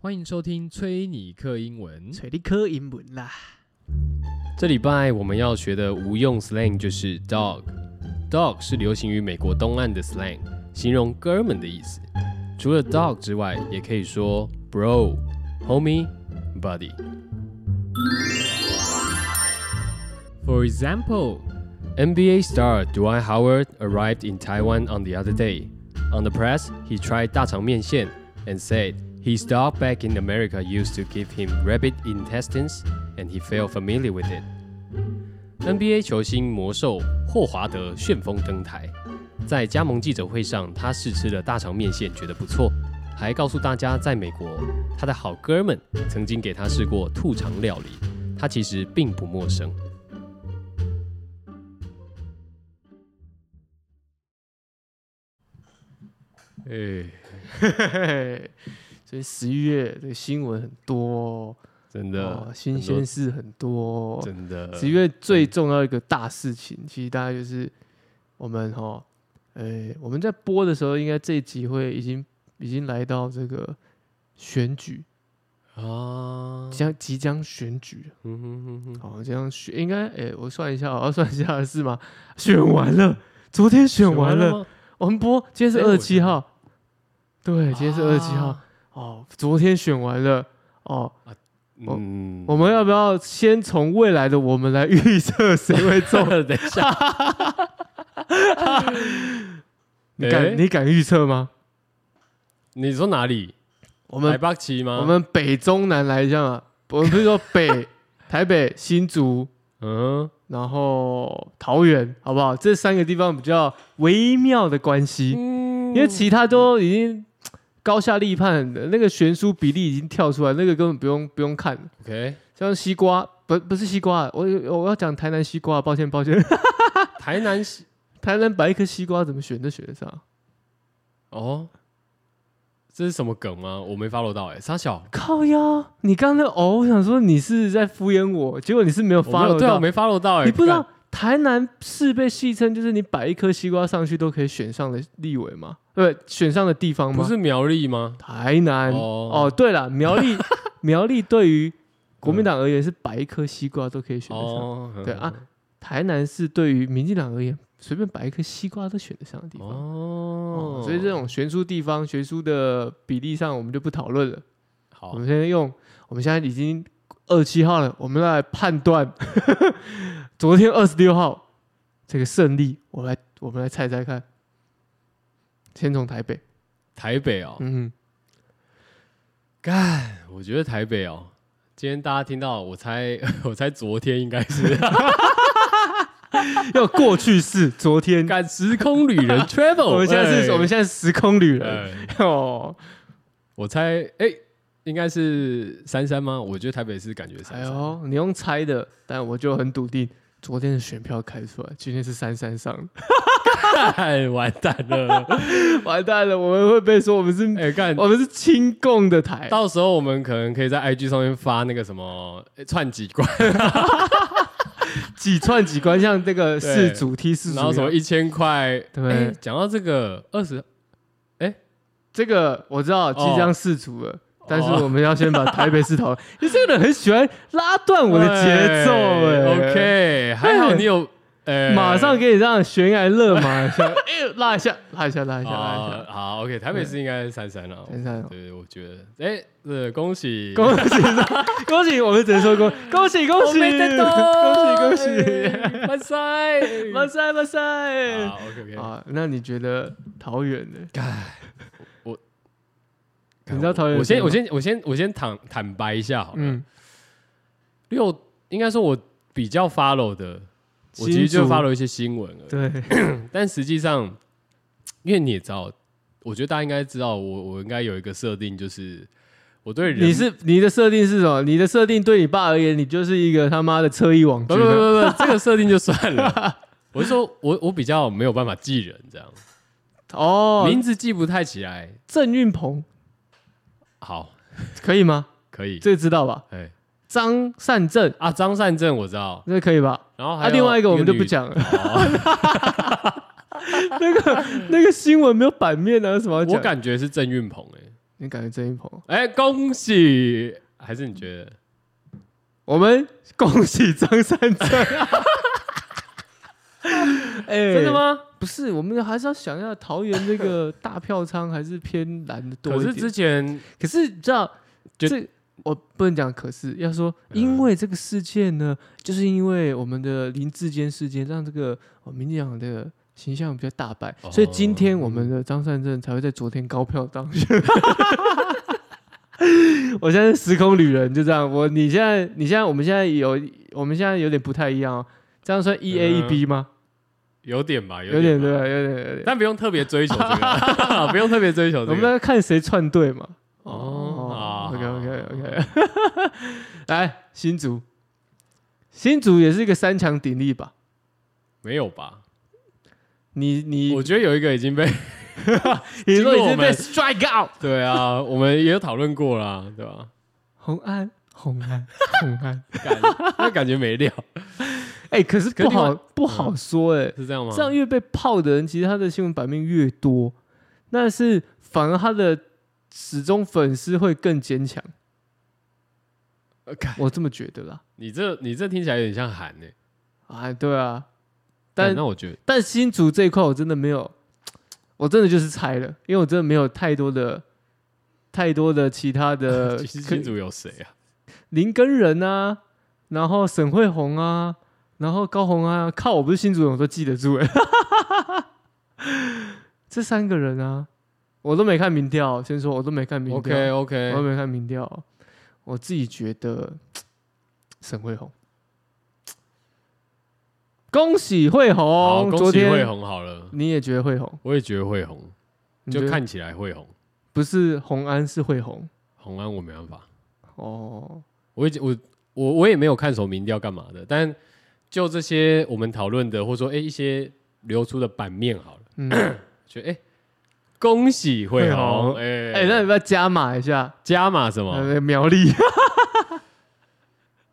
欢迎收听崔尼克英文。找你考英文啦。这礼拜我们要学的无用 slang 就是 dog。dog 是流行于美国东岸的 slang，形容哥们的意思。除了 dog 之外，也可以说 bro、homie、buddy。For example, NBA star Dwight Howard arrived in Taiwan on the other day. On the press, he tried 大肠面线 and said his dog back in America used to give him rabbit intestines and he felt familiar with it. NBA 球星魔兽霍华德旋风登台，在加盟记者会上，他试吃了大肠面线，觉得不错，还告诉大家，在美国，他的好哥们曾经给他试过兔肠料理，他其实并不陌生。哎、 所以十一月的新闻很多、哦，真的，哦新鲜事很多、哦。啊真的，十一月最重要一个大事情，其实大概就是我们哈、哦，呃、我们在播的时候，应该这一集会已经已经来到这个选举，啊，将即将选举了。嗯哼哼哼，好，这样选应该，哎、我算一下，我要算一下是吗？选完了，昨天选完了，吗，我们播，今天是哎二我十七觉得号，对，今天是二十七号，啊哦，昨天选完了，哦，我嗯，我们要不要先从未来的我们来预测谁会 中？了，等一下，你敢、哎你敢预测吗？你说哪里？我台们北旗吗？我们北中南来这样啊，我们不是说北台北、新竹，嗯然后桃园，好不好？这三个地方比较微妙的关系。哼，因为其他都已经高下立判，那个悬殊比例已经跳出来，那个根本不用不用看。 OK，像西瓜，不不是西瓜，我我要讲台南西瓜，抱歉抱歉， 台南西台南把一颗西瓜怎么选都选得上。哦，这是什么梗吗？我没 follow 到哎、欸，沙小，靠腰，你刚刚那哦，我想说你是在敷衍我，结果你是没有我没 follow 有对啊，到，我没 follow 到哎、欸，你不知道干台南市被戏称就是你摆一颗西瓜上去都可以选上的立委吗？对，选上的地方吗？不是苗栗吗？台南哦哦对了，苗栗苗栗对于国民党而言是摆一颗西瓜都可以选得上，嗯哦，对啊，台南是对于民进党而言随便摆一颗西瓜都选得上的地方。哦哦，，所以这种悬殊地方、悬殊的比例上，我们就不讨论了。我好们现在用，我们现在已经二七号了，我们来判断 昨天二十六号这个胜利，我来我们来猜猜看。先从台北，台北哦，嗯干、我觉得台北哦，今天大家听到，我猜 我猜昨天应该是哼，要过去式，昨 天赶时空旅 人 travel，我们现在是，哎我们现在是时空旅人哎哦。我猜哎、应该是三三吗？我觉得台北是感觉哎三三。呦，你用猜的，但我就很笃定，昨天的选票开出来，今天是三三上， 哎，完蛋了！完蛋了，我们会被说我们是，哎、干， 我们是亲共的台。到时候我们可能可以在 IG 上面发那个什么诶串几关，几串几关，像这对个四主题四然后主什么题。一千块。对诶讲到这个二十这个我知道即将四组了。哦但是我们要先把台北市讨 论，你这个人很喜欢拉断我的节奏哎、 OK，还好你有，呃马上给你让悬崖勒马一下，哎、拉一下，拉一下，拉一下，拉一啊下，好 OK，台北市应该是三三了。三三哦对，我觉得，哎，呃，恭喜恭喜恭喜！我们只能说恭恭喜恭我喜没得动恭喜恭喜！ 哎万岁！哇塞哇塞！好，OK OK，啊，那你觉得桃园呢？ 你你知道桃园我有谁先吗我先我先我先坦坦白一下好了，嗯，六应该说我比较 follow 的，我其实就新竹 follow 一些新闻而已。对，但实际上，因为你也知道，我觉得大家应该知道，我我应该有一个设定，就是我对人你是你的设定是什么？你的设定对你爸而言，你就是一个他妈的车衣网不军不不啊。不，不这个设定就算 了。我是说我我比较没有办法记人，这样哦，名字记不太起来。郑运鹏好，可以吗？可以。这个知道吧？哎张善政，啊，张善政我知道，这个可以吧？然后还啊，有另外一个我们就女不。讲了， 哦那个新闻没有版面啊，有什么好讲我感觉是郑运鹏哎，你感觉郑一鹏？啊哎，恭喜！还是你觉得？我们恭喜张三 正。哎真的？吗？不是，我们还是要想要桃园这个大票仓还是偏蓝的多可一是点。之前可是你知道，就这我不能讲。可是要说，因为这个事件呢，就是因为我们的林志坚事件，让这个我民进党的形象比较大败，所以今天我们的张善政才会在昨天高票当选。 我现在是时空旅人，就这样。我你现在，你现在，我们现在有，我们现在有点不太一样哦。这样算一 A 一 B 吗？有点吧，有点点对吧吧，有点有点。但不用特别追求这 个，不用特别追求我这们个。要看谁串对嘛。哦，OK OK OK，来 新竹，新竹也是一个三强鼎立吧？没有吧？你你我觉得有一个已经被 你说已经过我经被们 strike out，对啊，我们也有讨论过啦，对 吧？红安红安 红安，感那感觉没料，哎，可是可不另外嗯好不好说哎，是这样吗？这样越被泡的人，其实他的新闻版面越多，那是反而他的始终粉丝会更坚强，呃干我这么觉得啦。你这你这听起来有点像韩呢、哎，对啊，但但哎那我觉得但新竹这一块我真的没有，我真的就是猜了，因为我真的没有太多的太多的其他的 其实可新竹有谁啊？林根仁啊，然后沈惠红啊，然后高红啊，靠，我不是新竹人，我都记得住哎， 这三个人啊，我都没看民调，先说我都没看民调 OK 我都 OK，没看民调，我自己觉得沈惠红。恭喜惠好，红，恭哦昨喜天会红好了，你也觉得会红，我也觉得会红，你觉就得看起来会红。不是红安是会红红安我没办法，哦。我已经我我我也没有看什么民调干嘛的，但就这些我们讨论的，或者说哎、诶一些流出的版面好了， 嗯，哎、觉得哎、诶恭喜会会红，红哎、那你要不要加码一下？加码什么？呃，苗栗，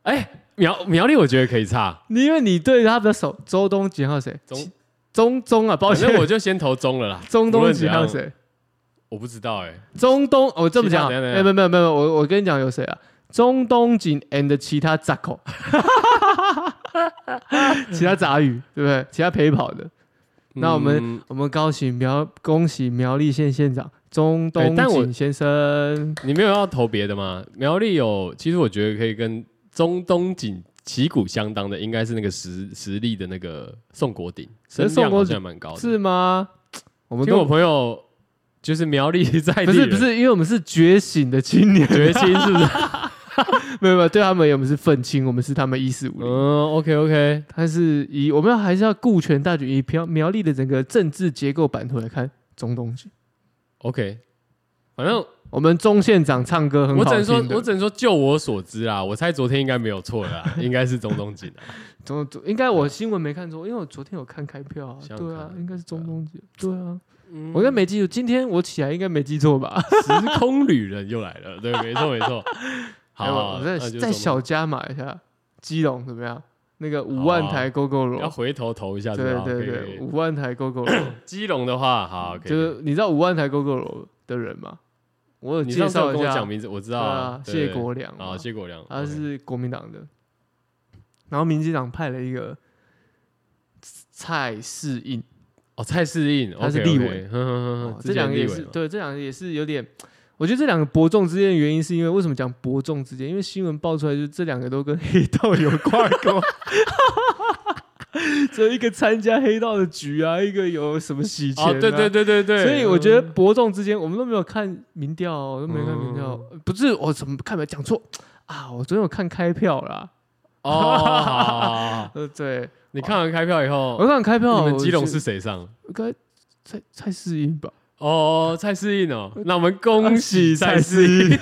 哎、苗苗栗我觉得可以差，因为你对他比较熟，周东几号谁？中中中啊，抱 反歉，。正我就先投中了啦 中无东论怎几号样？谁？我不知道哎、中东，我、这么讲，其他等一没下有没有没有没有，我我跟你讲有谁啊？中东锦 and 其他杂口， 其他杂语，对不对？其他陪跑的，那我们嗯我们恭喜苗，恭喜苗栗县县长中东哎但我锦先生，你没有要投别的吗？苗栗有，其实我觉得可以跟中东锦旗鼓相当的，应该是那个实实力的那个宋国鼎，可声是宋量国好鼎像蛮高的。是吗？我们听都我朋友就是苗栗 在地不是人不是，因为我们是觉醒的青年，啊决心是不是？ 没有没有，对他们而言我们是愤青，我们是他们一四五零。嗯，OK OK，但是以我们要还是要顾全大局，以苗苗栗的整个政治结构版图来看，中东局， OK，反正我们钟县长唱歌很我好只能说听，的我只能说，就我所知啊，我猜昨天应该没有错啦，应该是中东锦啊。 中中应该我新闻没看错，因为我昨天有看开票啊，想想对啊，看应该是中东局，对啊，嗯我应该没记住，今天我起来应该没记错吧？时空旅人又来了，对，没错没错。 好好，哎我那再就是再中小加码一下，基隆怎么样？那个五万好啊台 GoGo 东要罗，回头投一下，对知道对可以可对，以五万台 GoGo 罗。基隆的话，好，可以就是你知道五万台 GoGo 罗的人吗？我有你介上次有绍跟一我讲下，名字，我知对道啊，对对谢对国良嘛啊，，谢国良，他 OK 是国民党的，然后民进党派了一个蔡世印，哦蔡世印，他是 OK，OK，立委哼哼哼哦哼，这两个也嗯之是前立委嘛对，这两个也是有点，我觉得这两个伯仲之间的原因是因为为什么讲伯仲之间？因为新闻爆出来，就是这两个都跟黑道有挂 钩。 只有一个参加黑道的局啊，一个有什么洗钱、啊哦，对对对对对，所以我觉得嗯伯仲之间，我们都没有看民调、哦，都没看民调，嗯呃不是我怎么看没讲错啊？我昨天有看开票啦，哦，好好好好好呃，对，你看完开票以我后，看开票，哦你们基隆我就是谁上？应该蔡蔡世英吧？哦，蔡世印哦， 那我们恭喜蔡世世印。英。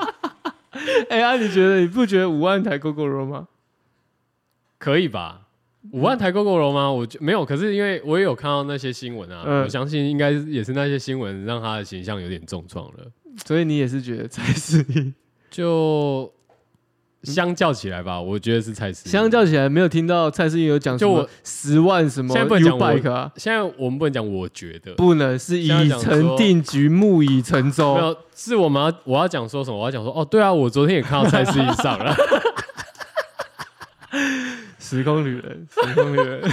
哎呀，你觉得你不觉得五万台 GoGo 罗吗？可以吧？五万台够够了吗？我觉没有，可是因为我也有看到那些新闻啊，嗯我相信应该也是那些新闻让他的形象有点重创了。 嗯所以你也是觉得蔡世英就相较起来吧，我觉得是蔡司。相较起来，没有听到蔡思韵有讲什就么我十万什么现在不能讲 U 我 bike 啊，现在我们不能哦讲，我觉得不能是现在已讲说成定局，木已成没舟。有，是我们要我要讲说什么？我要讲说哦，对啊，我昨天也看到蔡司一上 了，时空旅人，时空旅人，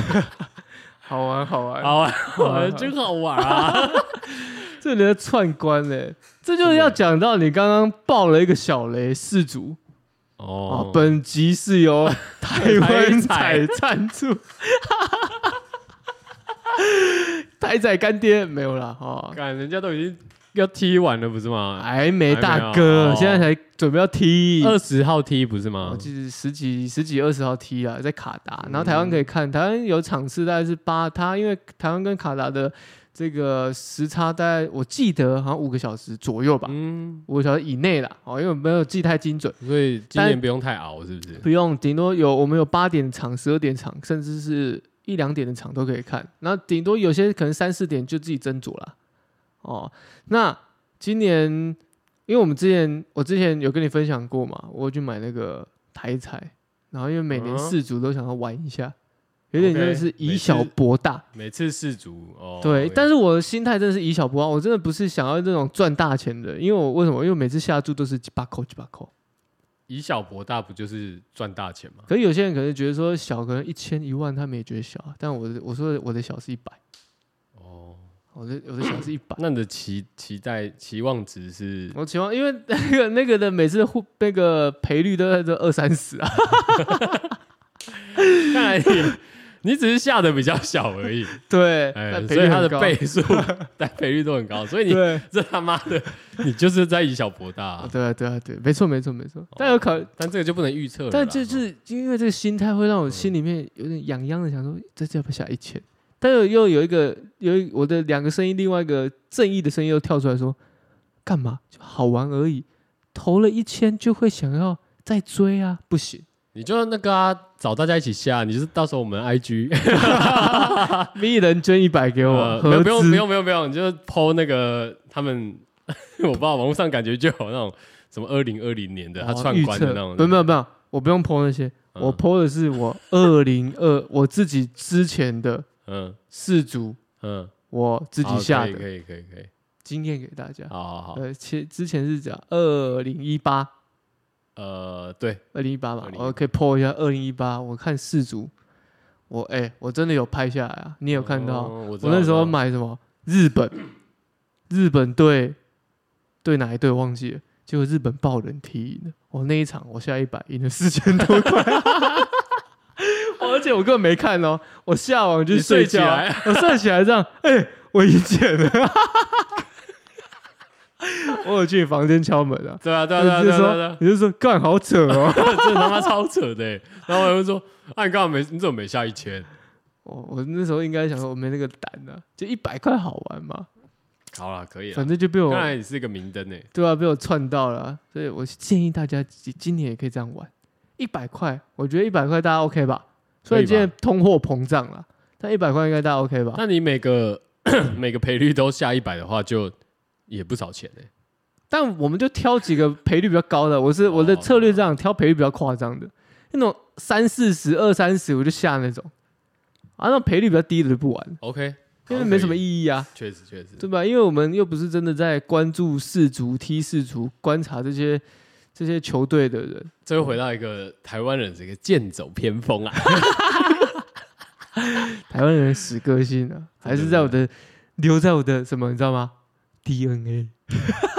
好玩好玩，好玩，好玩真好玩啊！这里在串关嘞、这就是要讲到你刚刚爆了一个小雷事主啊哦，，本集是由 台湾台彩赞助， 台仔干爹没有啦哦，看人家都已经要踢完了，不是吗？还没大还没哥，有哦现在才准备要踢，二十号踢不是吗我？哎记得十几十几二十号踢啊，在卡达，然后台湾可以看，台湾有场次大概是八，他因为台湾跟卡达的这个时差大概我记得好像五个小时左右吧，嗯，五个小时以内啦，哦，因为我没有记太精准，所以今年但不用太熬，是不是？不用，顶多有我们有八点场、十二点场，甚至是一两点的场都可以看。那顶多有些可能三四点就自己斟酌啦。哦，那今年因为我们之前我之前有跟你分享过嘛，我有去买那个台彩，然后因为每年嗯四组都想要玩一下，有点就 OK，是以每小次博大。每次世足哦，对，但是是我的心态真的是以小博大，我真的不是想要那种赚大钱的，因为我为什么？因为我每次下注都是几把扣几把扣，以小博大不就是赚大钱吗？可是有些人可能觉得说小，可能一千一万他们也觉得小啊，但我的我说的我的小是一百，哦，。我的我的小是一百那你的期期待期望值是我期望，因为那个那个的每次互那个赔率都在这二三十啊， 看来 你你只是下的比较小而已，对，哎，但赔所率以它很的高倍 数但赔率都很高，所以你对这他妈的你就是在以小博大啊啊，对啊对啊对，没错没错没错。哦但有考，但这个就不能预测了啦。但就是因为这个心态会让我心里面有点痒痒的，想说嗯这次要不要下一千？但又又有一个有一我的两个声音，另外一个正义的声音又跳出来说，干嘛？就好玩而已，投了一千就会想要再追啊，不行。你就那个啊，找大家一起下，你就是到时候我们 IG 一人捐一百给我，呃，没合有资不用不用不用不用，你就 PO 那个他们， 我不知道网络上感觉就有那种什么二零二零年的他哦串预关的测那种，不没有没有，我不用剖那些，嗯我剖的是我二零二我自己之前的嗯四组，嗯，我自己下好可的以可以可以可以，经验给大家。好好好，呃，前之前是讲二零一八，呃，对，二零一八嘛， 2018我可以剖一下二零一八，我看四组，我哎、我真的有拍下来啊，你你有看到？哦我知我道那时候，知道买什么日本，日本队对哪一队忘记了，结果日本爆冷踢赢了。我那一场我下一百赢了四千多块， 而且我根本没看哦，我下网就你去睡睡起觉，来，我算起来这样，哎、我赢钱了。 我有去你房间敲门啊，对啊对啊对啊你对就啊说对啊，你就说干好扯哦，对啊 这他妈超扯的欸，然后我就说，啊你干嘛没你怎么没下一千？我我那时候应该想说我没那个胆啊，就一百块好玩嘛，好啦，可以了反，正就被我啊看来你是个明灯欸诶，对啊，被我窜到了啊、所以我建议大家今今年也可以这样玩，一百块，我觉得一百块大家 OK 吧？虽可以然吧今天通货膨胀了，但一百块应该大家 OK 吧？那你每个 每个赔率都下一百的话，就也不少钱欸诶。但我们就挑几个赔率比较高的，我是我的哦策略这样，挑赔率比较夸张的，那种三四十、二三十我就下那种，啊，那种赔率比较低的就不玩， OK，因为没什么义，意义啊，确实确实。对吧？因为我们又不是真的在关注世足、踢世足，观察这些这些球队的人。这又回到一个台湾人这个剑走偏锋 啊，台湾人的死个性啊，还是在我的留在我的什么，你知道吗？DNA，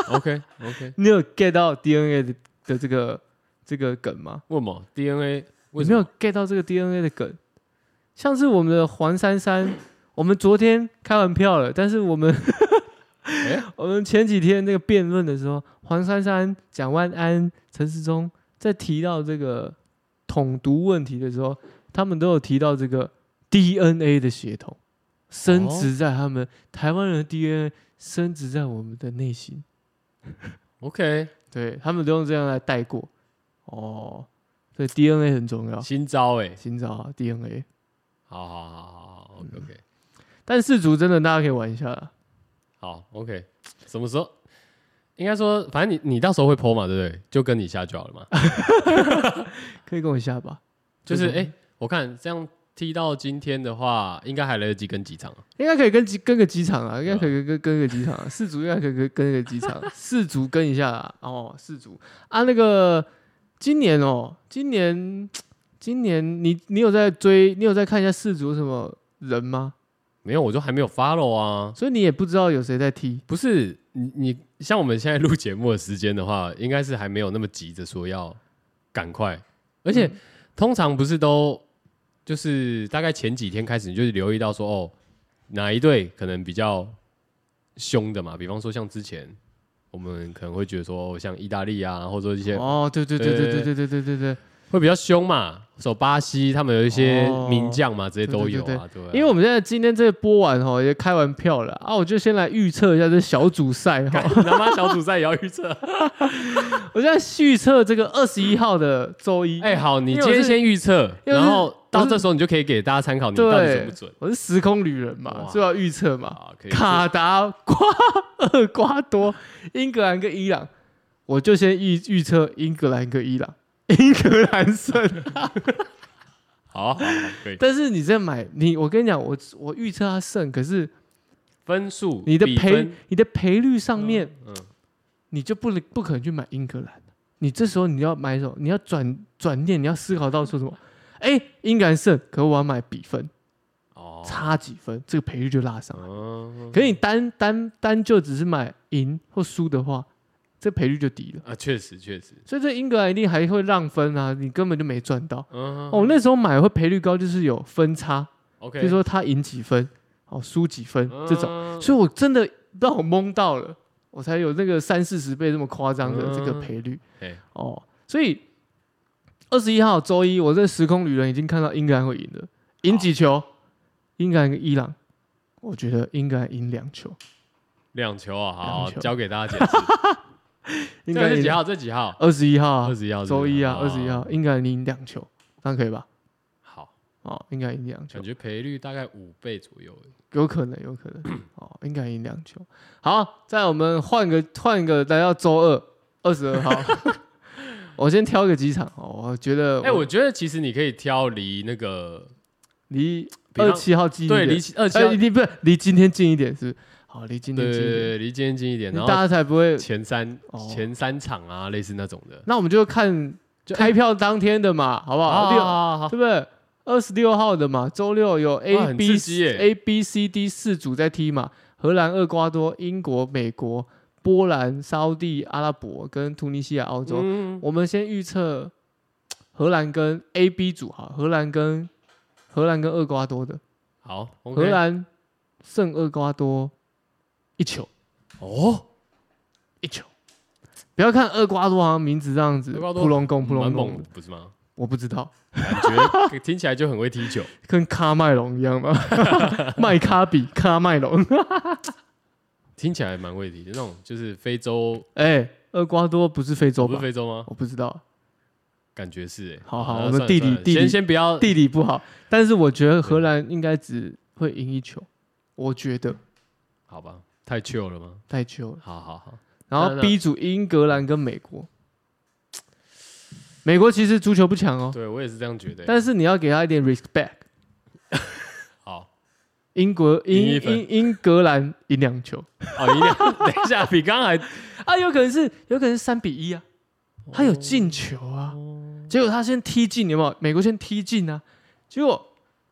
OK OK，你有 get 到 DNA 的的这个这个梗吗？为什么 DNA 为你什没么有 get 到这个 DNA 的梗，像是我们的黄 珊珊，我们昨天开完票了，但是我们哎 我们前几天那个辩论的时候，黄珊珊、蒋万安、陈时中在提到这个统独问题的时候，他们都有提到这个 DNA 的血统，深植在他们、台湾人的 DNA 深植在我们的内心， OK 对他们都用这样来带过。哦，所以 DNA 很重要，新招哎、寻找啊 DNA。好好好好好，OK 嗯 OK，但世足真的大家可以玩一下啦，好 OK，什么时候？应该说，反正你你到时候会 PO 嘛，对不对？就跟你下就好了嘛。可以跟我下吧？就是哎、啊对诶我看这样踢到今天的话，应该还来得及跟几场啊、应该可以跟几跟个机场啊，应该可以跟跟个机场、啊，四组应该可以跟跟个机场 啊，四组跟一下啊，哦，四组啊，那个今年哦，今年今年你你有在追，你有在看一下四组有什么人吗？没有，我就还没有 follow 啊。所以你也不知道有谁在踢，不是你你像我们现在录节目的时间的话，应该是还没有那么急着说要赶快，而且、嗯通常不是都就是大概前几天开始，你就是留意到说哦，哪一队可能比较凶的嘛？比方说像之前我们可能会觉得说、哦像意大利啊，或者说一些哦，对对对对对对对对对对，会比较凶嘛，手巴西他们有一些哦名将嘛，这些都有对啊，对啊因为我们现在今天这个播完哦，也开完票了啊，我就先来预测一下这小组赛哦 哈干，你他妈小组赛也要预测，我现在预测这个二十一号的周一，哎、好，你因为今我是天先预测，因为我然是后到我是这时候你就可以给大家参考，你到底对准不准我是时空旅人嘛，哇所以要预测嘛。啊？可以卡达、瓜、厄瓜多、英格兰跟伊朗，我就先预预测英格兰跟伊朗，英格兰胜。好，好，好可以 但是你在买你，我跟你讲，我我预测他胜，可是分数 你的比赔分你的赔率上面，嗯你就不能不可能去买英格兰。你这时候你要买什么？你要转转念，你要思考到说 什么？哎，英格兰胜，可我要买比分，哦，差几分，这个赔率就拉上来。嗯可是你单单单就只是买赢或输的话，这赔率就低了。啊，确实确实，所以这英格兰一定还会让分啊，你根本就没赚到。嗯哦，那时候买会赔率高，就是有分差， ，OK，嗯比如说他赢几分，哦输几分这种，种所以我真的让我懵到了，我才有那个三四十倍这么夸张的这个赔率嗯嘿。哦，所以二十一号周一，我这时空旅人已经看到英格兰会赢了，赢几球？英格兰跟伊朗，我觉得英格兰赢两球。两球啊，好，两球交给大 家解释。应这该是几？号？这几号？二十一号二啊，十一号，周一啊，哦二十一号，。应该赢两球，这样可以吧？好，哦，应该赢两球感，觉赔率大概五倍左右。有可能，有可能， 哦，应该赢两球。好，再我们换个换个，来到周二二十二号， 我先挑个几场哦，我觉得，哎，我觉得其实你可以挑离那个离比二方七号近一对点，离二七哎号，离不是离今天近一点，是不是？好，离今对天对近一点，对，离今天近一点，你然大后家才不会。前三哦前三场啊，类似那种的。那我们就看就哎哦开票当天的嘛，好不好？六好好对不对？二十六号的嘛，周六有 A 很 B 刺激耶 A B C D 四组在踢嘛，荷兰、厄瓜多、英国、美国、波兰、沙烏地、阿拉伯跟突尼西亚、澳洲。嗯我们先预测荷兰跟 A B 组哈，荷兰跟荷兰跟厄瓜多的好荷，OK。兰胜厄瓜多一球哦，一球。不要看厄瓜多好像名字这样子，厄瓜多扑龙宫扑蛮龙猛宫的，，不是吗？我不知道。感觉听起来就很会踢球。跟卡麦隆一样吗？ 麦卡比卡麦隆，听起来蛮会踢的，那种就是非洲，哎、厄瓜多不是非洲不吧是？非洲吗？我不知道，感觉是哎、好好那我们算了地理算了地理先先不要地理不好，但是我觉得荷兰应该只会赢一球，我觉得好吧，太 chill 了吗？太球了。好好好，然后那 B 组英格兰跟美国，美国其实足球不强哦，对我也是这样觉得、但是你要给他一点 respect。好，英国赢英一分英英格兰赢两球哦，一定要等一下，比刚才啊，有可能是有可能是三比一啊，他有进球啊。哦结果他先踢进，有没有？美国先踢进啊，结果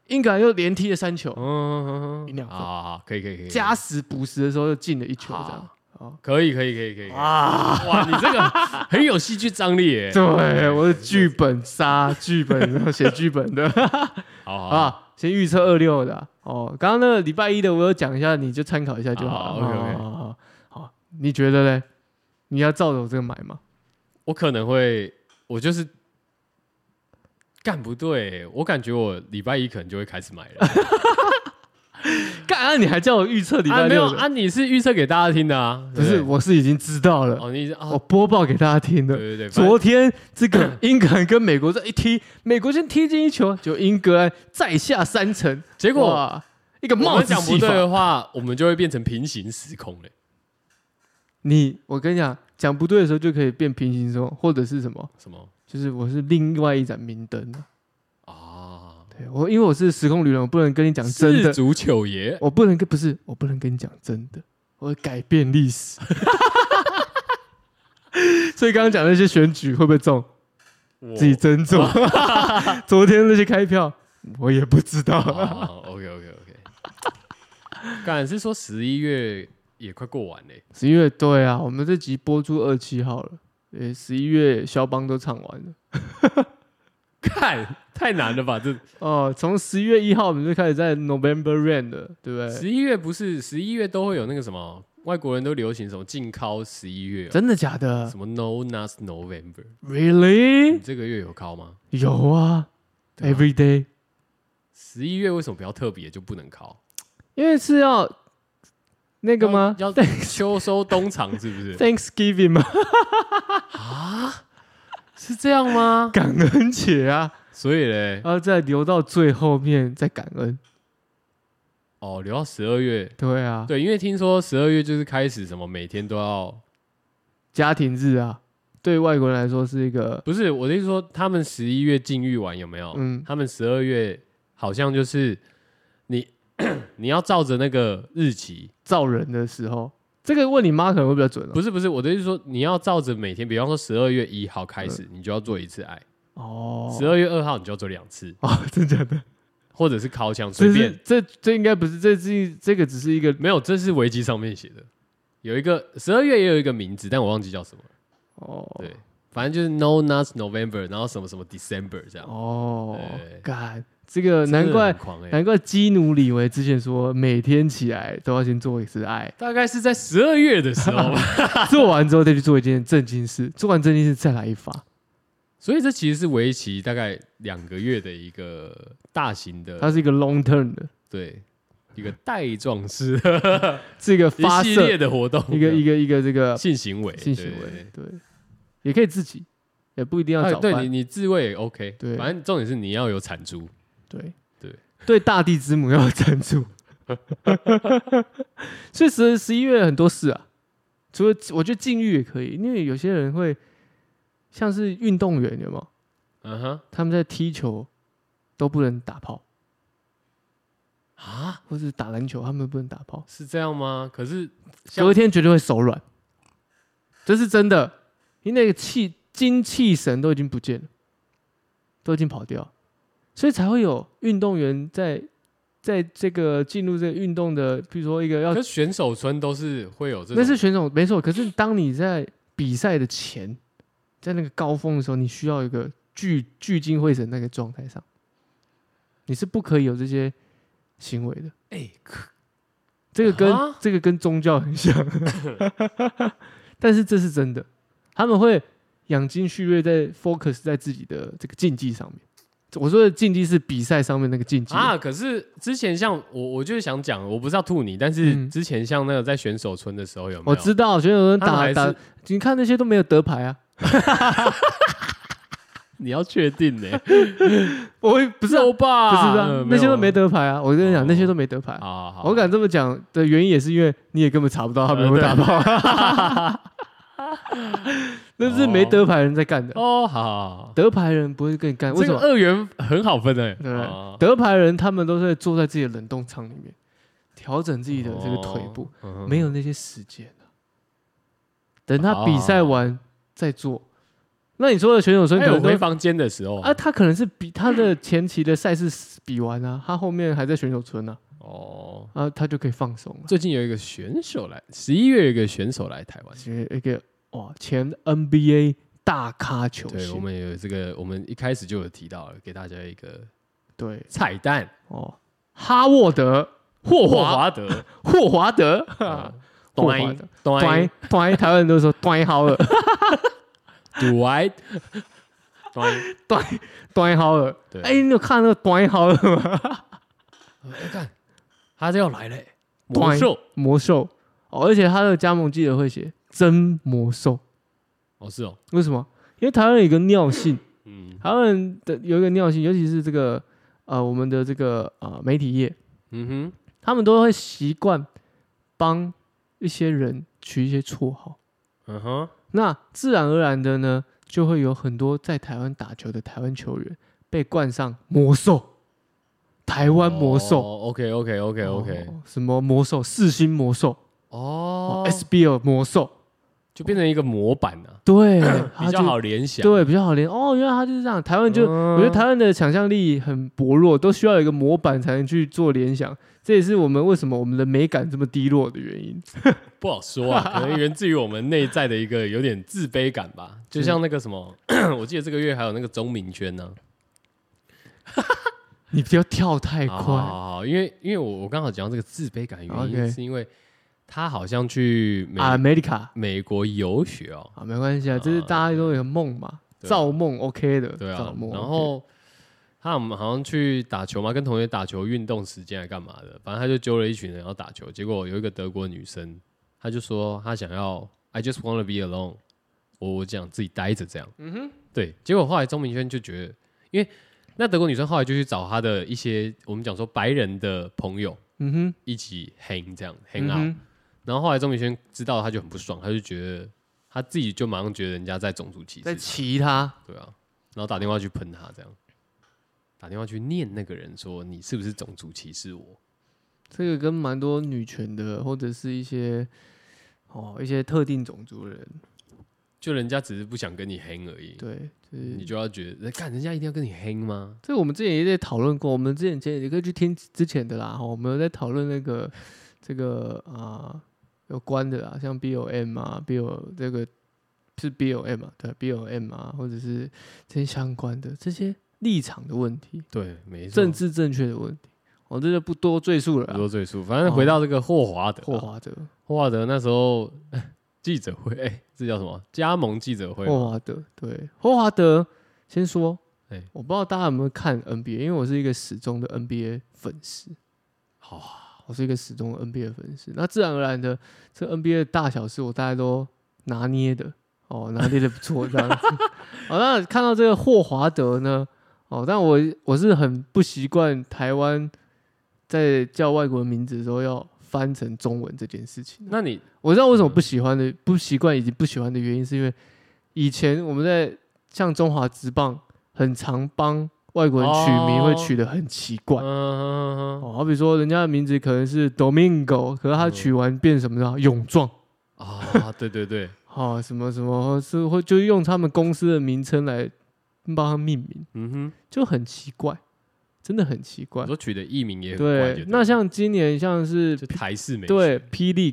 英格兰又连踢了三球，嗯，赢两分好好好，可以可以可以，加时补时的时候又进了一球，这样好。哦，可以可以可以可以，哇啊，哇，你这个很有戏剧张力耶、对，我是剧本杀，剧本写剧本的好 好好，啊，先预测二六的啊哦。刚刚那个礼拜一的我有讲一下，你就参考一下就好了。好，OK，OK 好好好好，你觉得嘞？你要照着我这个买吗？我可能会，我就是干不对耶、我感觉我礼拜一可能就会开始买了。干啊！你还叫我预测 礼拜啊，没有六的？啊，你是预测给大家听的啊，不是，对对我是已经知道了，哦，你是我哦，播报给大家听的对。对对，反正昨天 这个英格兰跟美国这一踢，美国先踢进一球，就英格兰再下三城，结果哇一个我帽们子讲不戏对哦法，的话，我们就会变成平行时空嘞。你，我跟你讲，讲不对的时候就可以变平行时空，或者是什么，什么就是我是另外一盏明灯。啊？对我，因为我是时空旅人，我不能跟你讲真的是，足球爷，我不能跟不是，我不能跟你讲真的，我会改变历史。 所以刚刚讲那些选举会不会中，自己斟酌。 昨天那些开票，我也不知道。 OK OK OK，敢哦是说十一月也快过完嘞，十一月对啊，我们这集播出二七号了，呃，十一月肖邦都唱完了。看太难了吧？这哦，从十一月一号我们就开始在 November Rain 了，对不对？十一月不是十一月都会有那个什么，外国人都流行什么禁靠十一月哦、真的假的什么 No Not November，你？Really？这个月有靠吗？有啊对吧，Every day，十一月为什么比较特别就不能靠？因为是要那个吗要要秋收冬藏是不是？ ？Thanksgiving 吗？啊是这样吗？ 感恩节啊，所以嘞，然后再留到最后面再感恩。哦，留到十二月，对啊，对，因为听说十二月就是开始什么每天都要，家庭日啊，对外国人来说是一个不是我的意思说，他们十一月禁欲完有没有？嗯他们十二月好像就是你 你要照着那个日期，造人的时候。这个问你妈可能会比较准哦。不是不是，我的意思说你要照着每天，比方说十二月一号开始，你就要做一次爱；嗯哦，十二月二号你就要做两次， 哦，真的假的？或者是靠墙随这便是。这这应该不是，这是这个只是一个没有，这是维基上面写的，有一个十二月也有一个名字，但我忘记叫什么了。哦对，反正就是 No Nuts November，然后什么什么 December 这样。哦对，干这个真的难怪很狂哎、，难怪基努里维之前说每天起来都要先做一次爱 大概是在十二月的时候 吧。做完之后再去做一件正经事，做完正经事再来一发。所以这其实是为期大概两个月的一个大型的它，是一个 long term 的，对，一个带状式的是一个一发系射列的活动，一个一个个一个这个性行为，性行对为，对，也可以自己，也不一定要哎找对你伴，你自慰也 OK，对反正重点是你要有产出，对对对，大地之母要有赞助。 所以十十一月很多事啊，除了我觉得禁欲也可以，因为有些人会像是运动员有没有？嗯哼他们在踢球都不能打炮，啊，或是打篮球他们不能打炮，是这样吗？可是像隔天绝对会手软，这是真的。你那个气精气神都已经不见了，都已经跑掉，所以才会有运动员在在这个进入这个运动的，比如说一个要可是选手村都是会有这种，那是选手没错，可是当你在比赛的前，在那个高峰的时候，你需要一个聚聚精会神那个状态上，你是不可以有这些行为的。哎、可这个跟、啊这个跟宗教很像， 但是这是真的，他们会养精蓄锐，在 focus 在自己的这个竞技上面。我说的竞技是比赛上面那个竞技啊，可是之前像我，我就是想讲，我不是要吐你，但是嗯之前像那个在选手村的时候有没有？我知道，选手他们还打是打，你看那些都没有得牌啊。你要确定呢、我会 不不是啊吧？不是啊嗯，那些都没。得牌啊！我跟你讲，哦那些都没得牌啊有。啊好好好，我敢这么讲的原因也是因为你也根本查不到他们有没有呃打炮， 那是没得牌的人在干的。哦，好好好，得牌的人不会跟你干，哎为这什个么？二元很好分诶、对不对哦得牌的人他们都是坐在自己的冷冻舱里面，调整自己的这个腿部，嗯哼没有那些时间啊等他比赛完再做。那你说的选手村还可有能回都房间的时候啊，他可能是比他的前期的赛事比完啊，他后面还在选手村啊，哦。啊，他就可以放松了。最近有一个选手来，十一月有一个选手来台湾，是一个哇前 NBA 大咖球对我星，们有这个，我们一开始就有提到了，给大家一个对彩蛋，哦，哈沃德、霍霍华、华 德，霍华德，嗯霍华德端端端，台湾人都说端好了， Dwight，Dwight，端好了。对，哎，你有看那个端好了吗？哎，看，他就要来嘞，魔 Dwight 兽魔兽哦，而且他的加盟记者会写真魔兽，哦，是哦，为什么？因为台湾人有一个尿性，嗯台湾人的有一个尿性，尤其是这个呃我们的这个呃媒体业，嗯他们都会习惯帮一些人取一些绰号。嗯哼，那自然而然的呢，就会有很多在台湾打球的台湾球员被冠上魔兽，台湾魔兽、 OK OK OK OK，哦什么魔兽，四星魔兽、哦哦、，SBL 魔兽，就变成一个模板啊， 对，比他较就好联想。对，比较好连。哦，原来他就是这样。台湾就、嗯我觉得台湾的想象力很薄弱，都需要有一个模板才能去做联想。这也是我们为什么我们的美感这么低落的原因。不好说啊，可能源自于我们内在的一个有点自卑感吧。就像那个什么， 我记得这个月还有那个钟明轩啊呢、你不要跳太快，好好好好因为因为我我刚好讲到这个自卑感的原因， OK 是因为他好像去美、啊，America 美国游学哦，啊，没关系啊，这是啊大家都有个梦嘛，对啊造梦 OK 的，对造啊梦，OK。然后他们好像去打球嘛，跟同学打球，运动时间还干嘛的，反正他就揪了一群人要打球，结果有一个德国女生，她就说她想要 I just wanna be alone，我我想自己待着这样，嗯哼，对，结果后来钟明轩就觉得，因为那德国女生后来就去找她的一些我们讲说白人的朋友嗯哼，一起 hang 这样 hang 嗯 out，、哼，然后后来钟明轩知道他就很不爽，他就觉得他自己就马上觉得人家在种族歧视在他，骑他，对啊，然后打电话去喷他，这样打电话去念那个人说你是不是种族歧视我？这个跟蛮多女权的，或者是一些哦一些特定种族的人，就人家只是不想跟你 hang 而已，对，就是你就要觉得，看人家一定要跟你 hang 吗？这个我们之前也在讨论过，我们之前前也可以去听之前的啦，哈，我们有在讨论那个这个啊、有关的啦，像 BOM 啊，BO 这个是 BOM 啊，对，BOM 啊，或者是这些相关的这些立场的问题，对，没错，政治正确的问题，我、这就不多赘述了不啦。多赘述。反正回到这个霍华德啊，霍华德，霍华德那时候 记者会，哎，这叫什么？加盟记者会吗霍华德，对，霍华德，先说，哎我不知道大家有没有看 NBA，因为我是一个始终的 NBA 粉丝。好啊，我是一个始终 NBA 的粉丝，那自然而然的，这 NBA 的大小事我大概都拿捏的，哦，拿捏的不错这 样子。好，那看到这个霍华德呢，哦，但我我是很不习惯台湾在叫外国名字的时候要翻成中文这件事情。那你我知道为什么不喜欢的、不习惯以及不喜欢的原因，是因为以前我们在像中华职棒，很常帮外国人取名哦会取得很奇怪。嗯嗯嗯嗯哦，好比说人家的名字可能是 Domingo，可是他嗯取完变什么呢？勇壮。啊，对对对，哦，什么什么是会就用他们公司的名称来帮他命名，嗯哼，就很奇怪，真的很奇怪我。说取的艺名也很怪对就，那像今年像是就台式美嗯对霹雳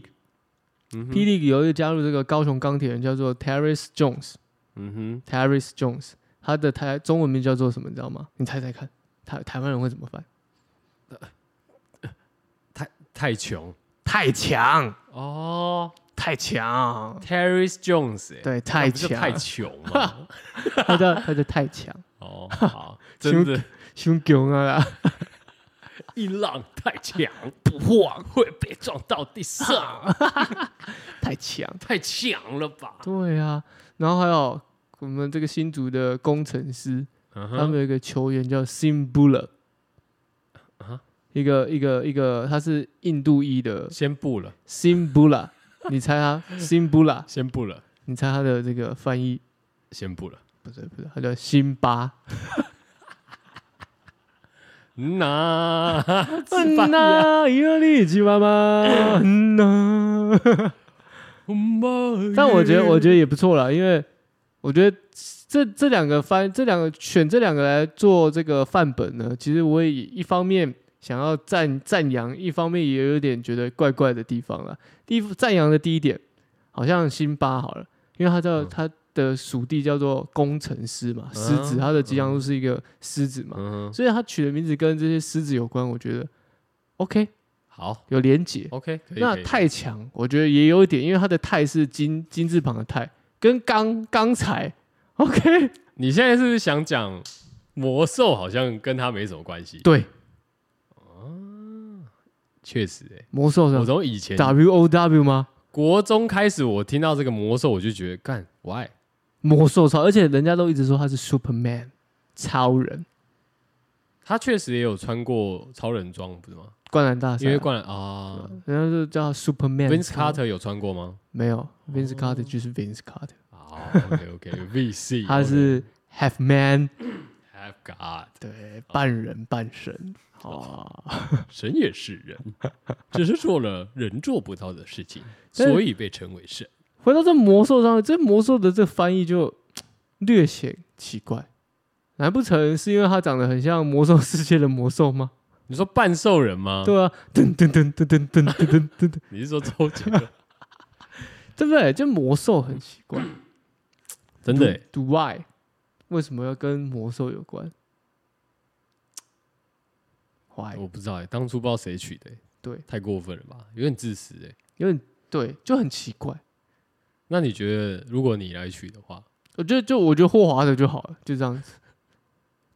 霹霹，雳有一个加入这个高雄钢铁人叫做 Terrace Jones，Terrace 嗯哼， Jones，他的台中文名叫做什么？你知道吗？你猜猜看，台台湾人会怎么翻？太穷太强，哦。太强， Terry Jones，欸、对，那太不就强，太穷 嘛。他叫他叫太强。哦，好，真 的，胸强啊啦！一浪太强，不晃会被撞到地上，太强。太强了吧？对啊，然后还有我们这个新竹的工程师，嗯他哼，们有一个球员叫 Simbula，啊一个一个一个，他是印度裔的先不了， Simbula，你猜他 Simbula，先不了，你猜他的这个翻译先不了。不对不对，他叫辛巴， 那嗯巴呐，伊拉利吉妈妈，嗯呐。 但我嗯觉得，我觉得也不错啦，因为我觉得这这两个翻，这两个选这两个来做这个范本呢，其实我也一方面想要赞赞扬，一方面也有点觉得怪怪的地方啦。第一，赞扬的第一点，好像辛巴好了，因为他叫、嗯他的属地叫做工程师嘛，狮子，嗯他的吉祥物是一个狮子嘛，嗯哼，所以他取的名字跟这些狮子有关，我觉得 OK 好有连结。 ，OK，可以那可以太强，我觉得也有一点，因为它的太是金金字旁的太，跟刚刚才 OK 你现在是不是想讲魔兽好像跟他没什么关系？哦对确实、欸，魔兽我是从以前 W O W 吗？国中开始，我听到这个魔兽，我就觉得干 why 魔兽超，而且人家都一直说他是 Superman 超人，他确实也有穿过超人装，不是吗？灌篮大因赛为啊，灌篮啊人家就叫他啊 Superman。 ，Vince Carter 哦有穿过吗？没有，Vince Carter 就是 Vince Carter，啊，OK OK，VC，哦他是 Half Man， Have God，对，半人半神。哦，神也是 人，只是做了人做不到的事情，但是所以被称为神。回到这魔兽上面，这魔兽的这翻译就略显奇怪。难不成是因为它长得很像魔兽世界的魔兽吗？你说半兽人吗？对啊，噔噔噔噔噔噔噔噔 噔噔，你是说周杰 伦？对不对？这魔兽很奇怪。真的欸， Do why？为什么要跟魔兽有关？Why？我不知道哎，当初不知道谁取的欸，对太过分了吧，有点自私哎。有点对，就很奇怪。那你觉得如果你来取的话，我觉得就我觉得霍华德就好了，就这样子。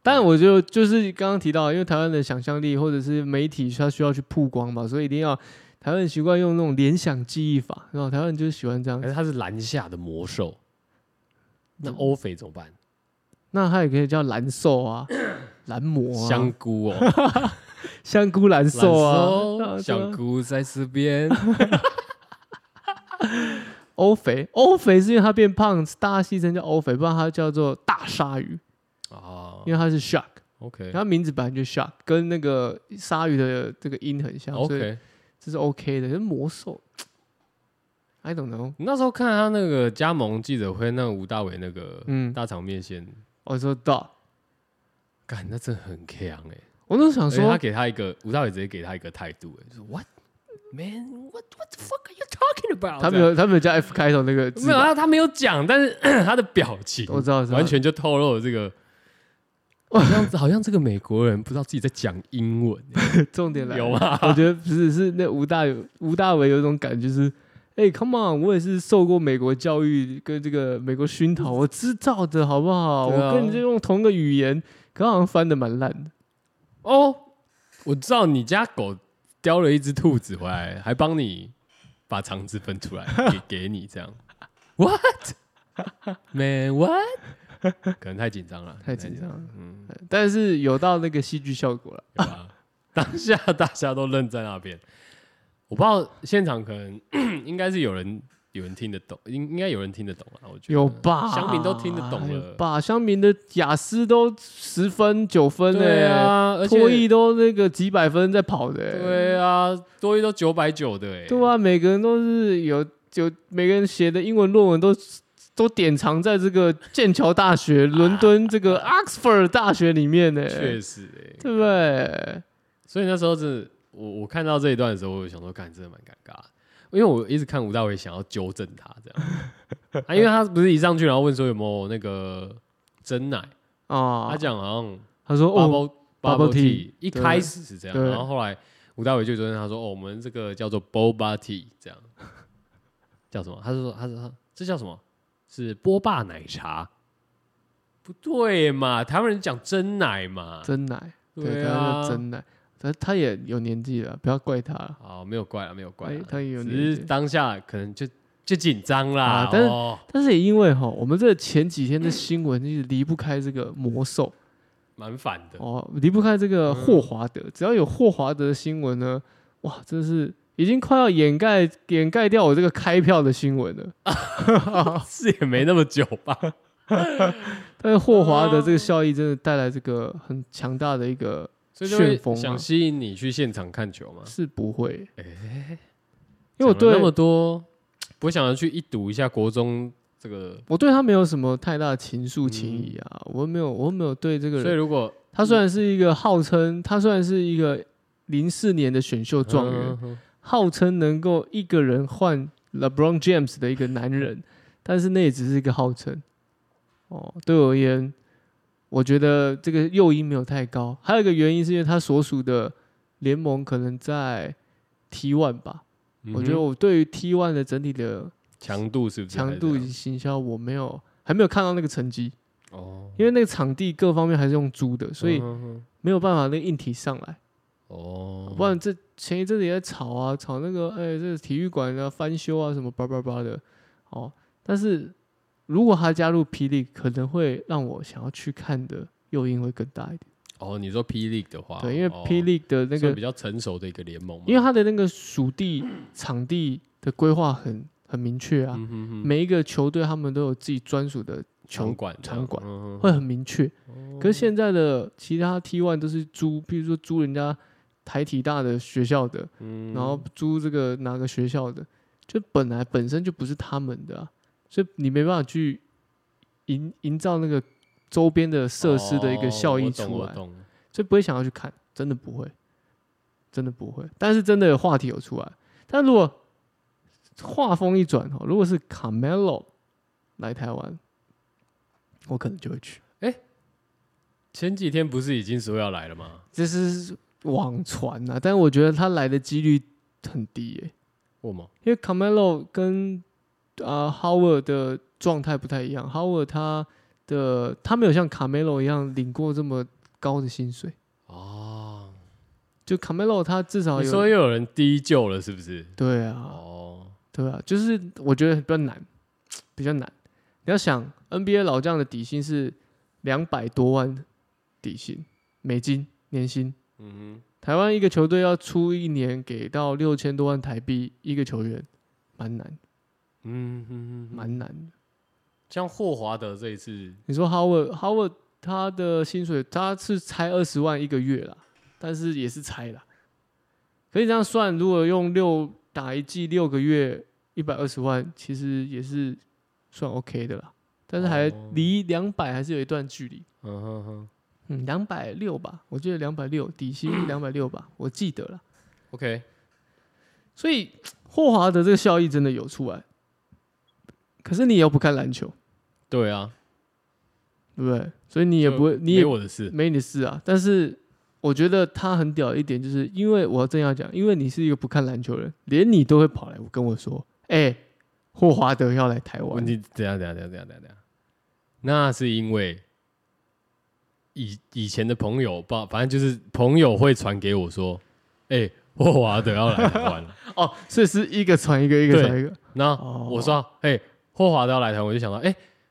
但我就就是刚刚提到，因为台湾的想象力或者是媒体，它需要去曝光嘛，所以一定要台湾人习惯用那种联想记忆法，然后台湾人就是喜欢这样可。哎是他是篮下的魔兽，那欧菲怎么办？那它也可以叫蓝 兽啊、蓝魔啊、香菇 哦，香菇蓝兽啊、蓝兽 香菇在这 边，欧肥，欧肥是因为他变胖，大家戏称叫欧肥，不然他叫做大鲨鱼，啊因为他是 shark， ，OK 他名字本来就 shark，跟那个鲨鱼的这个音很像，所以 OK。这是 OK 的。可是魔兽，I don't know，那时候看他那个加盟记者会，那个吴大伟那个嗯大肠面线，我哦说到，干那真的很强哎。我都想而且他说，给他一个吴大伟直接给他一个态度哎，就是 What man what what the fuck are you talking about？他没有他没有叫 F 开头那个字没有吧，他他没有讲，但 是他的表情我知道，我知道完全就透露了这个， 好像好像这个美国人不知道自己在讲英文欸，重点来了有啊吗？我觉得不是，是那吴大吴大维有一种感觉就是，哎、c o m e on，我也是受过美国教育跟这个美国熏陶，我知道的好不好？对啊我跟你就用同一个语言，可好像翻的蛮烂的。哦，我知道你家狗叼了一只兔子回来，还帮你把肠子分出来给给你这样。What man? What？可能太紧张了，太紧张了，嗯，但是有到那个戏剧效果了。对吧？ 当下大家都愣在那边，我不知道现场可能 应该是有人有人听得懂，应应该有人听得懂啊，我觉得有吧？乡民都听得懂有了吧？哎乡民的雅思都十分九分的、对啊，而且脱译都那个几百分在跑的、欸对啊，多一都九百九的哎、对啊，每个人都是有有每个人写的英文论文都都典藏在这个剑桥 大学、伦敦这个 Oxford 大学里面呢，确实哎、对不对？所以那时候是我我看到这一段的时候，我就想说，干，真的蛮尴尬的，因为我一直看吴大伟想要纠正他这样， 啊，因为他不是一上去然后问说有没有那个真奶，他啊，讲好像他说哦， bubble bubble bubble tea， tea，一开始是这样，对然后后来吴大伟就纠正他说，哦，我们这个叫做 boba tea，这样 叫什么？他就说他说他这叫什么？是波霸奶茶。不对嘛，台湾人讲真奶嘛，真奶，对，对他啊，说真奶，他他也有年纪了，不要怪他了。好，没有怪啊，没有怪哎啊，他也有只理是解当下可能就就紧张啦啊，但是哦但是也因为哈，我们这前 几天的新闻一直离不开这个魔兽，蛮反的，嗯哦，离不开这个霍华德，只要有霍华德的新闻呢，哇，真是已经快要掩盖掩盖掉我这个开票的新闻了。 是也没那么久 吧？但是霍华德哦这个效益真的带来这个很强大的一个，所以就旋风会啊想吸引你去现场看球嘛。是不会，哎，因为我讲啊了那么对多，我想要去一睹一下国中这个。我对他没有什么太大的情愫情谊啊，我又没有我又没有对这个嗯所以人，如果他虽然是一个号称他虽然是一个零四年的选秀状元，嗯嗯号称能够一个人换 LeBron James 的一个男人， 但是那也只是一个号称。哦，对我而言，我觉得这个诱因没有太高。还有一个原因是因为他所属的联盟可能在 T one 吧，嗯我觉得我对于 T one 的整体的强度是不是还强是度这以样及行销，我没有还没有看到那个成绩，哦，因为那个场地各方面还是用租的，所以嗯嗯嗯没有办法那个硬体上来。哦，不然这前一阵子也在吵啊，吵那个哎、这体育馆啊翻修啊什么叭叭叭的，哦，但是如果他加入霹雳，可能会让我想要去看的诱因会更大一点。哦，你说 P League 的话，对，因为哦 P League 的那算个比较成熟的一个联盟嘛，因为它的那个属地场地的规划很很明确啊，嗯哼哼每一个球队他们都有自己专属的球场馆这场样馆嗯哼会很明确。哦可是现在的其他 T one 都是租，比如说租人家台体大的学校的，嗯然后租这个哪个学校的，就本来本身就不是他们的、啊，所以你没办法去营营造那个周边的设施的一个效益出来，哦我懂我懂所以不会想要去看，真的不会，真的不会。但是真的有话题有出来，但如果话锋一转哦，如果是 Carmelo 来台湾，我可能就会去。前几天不是已经说要来了吗？这是网传呐、啊，但我觉得他来的几率很低耶、我吗？因为 Carmelo 跟啊、呃 Howard 的状态不太一样，Howard 他的他没有像 Carmelo 一样领过这么高的薪水，哦，就 Carmelo 他至少你说有又有人低就了是不是？对啊，哦，对啊，就是我觉得比较难，比较难。你要想 NBA 老将的底薪是两百多万底薪美金年薪，嗯台湾一个球队要出一年给到六千多万台币一个球员，蛮难，哼嗯嗯嗯，蛮难的。像霍华德这一次，你说 Howard Howard 他的薪水他是才二十万一个月啦，但是也是才啦。可以这样算，如果用六打一季六个月一百二十万，其实也是算 OK 的啦。但是还哦离两百还是有一段距离，嗯哼哼嗯，两百六吧，我记得两百六底薪两百六吧，我记得了。 ，OK，所以霍华德这个效益真的有出来，可是你也要不看篮球，对啊，对不对？所以你也就不会，你没也我的事，没你的事啊。但是我觉得他很屌一点，就是因为我正要讲，因为你是一个不看篮球的人，连你都会跑来跟我说：“哎、霍华德要来台湾问。题怎样怎样怎样怎样怎样怎样？那是因为以以前的朋友吧，反正就是朋友会传给我说，哎、霍华德要来台 湾了。”哦，所以是一个传一个，一个对传一个。那哦我说，哎、霍华德要来台湾，我就想到，哎、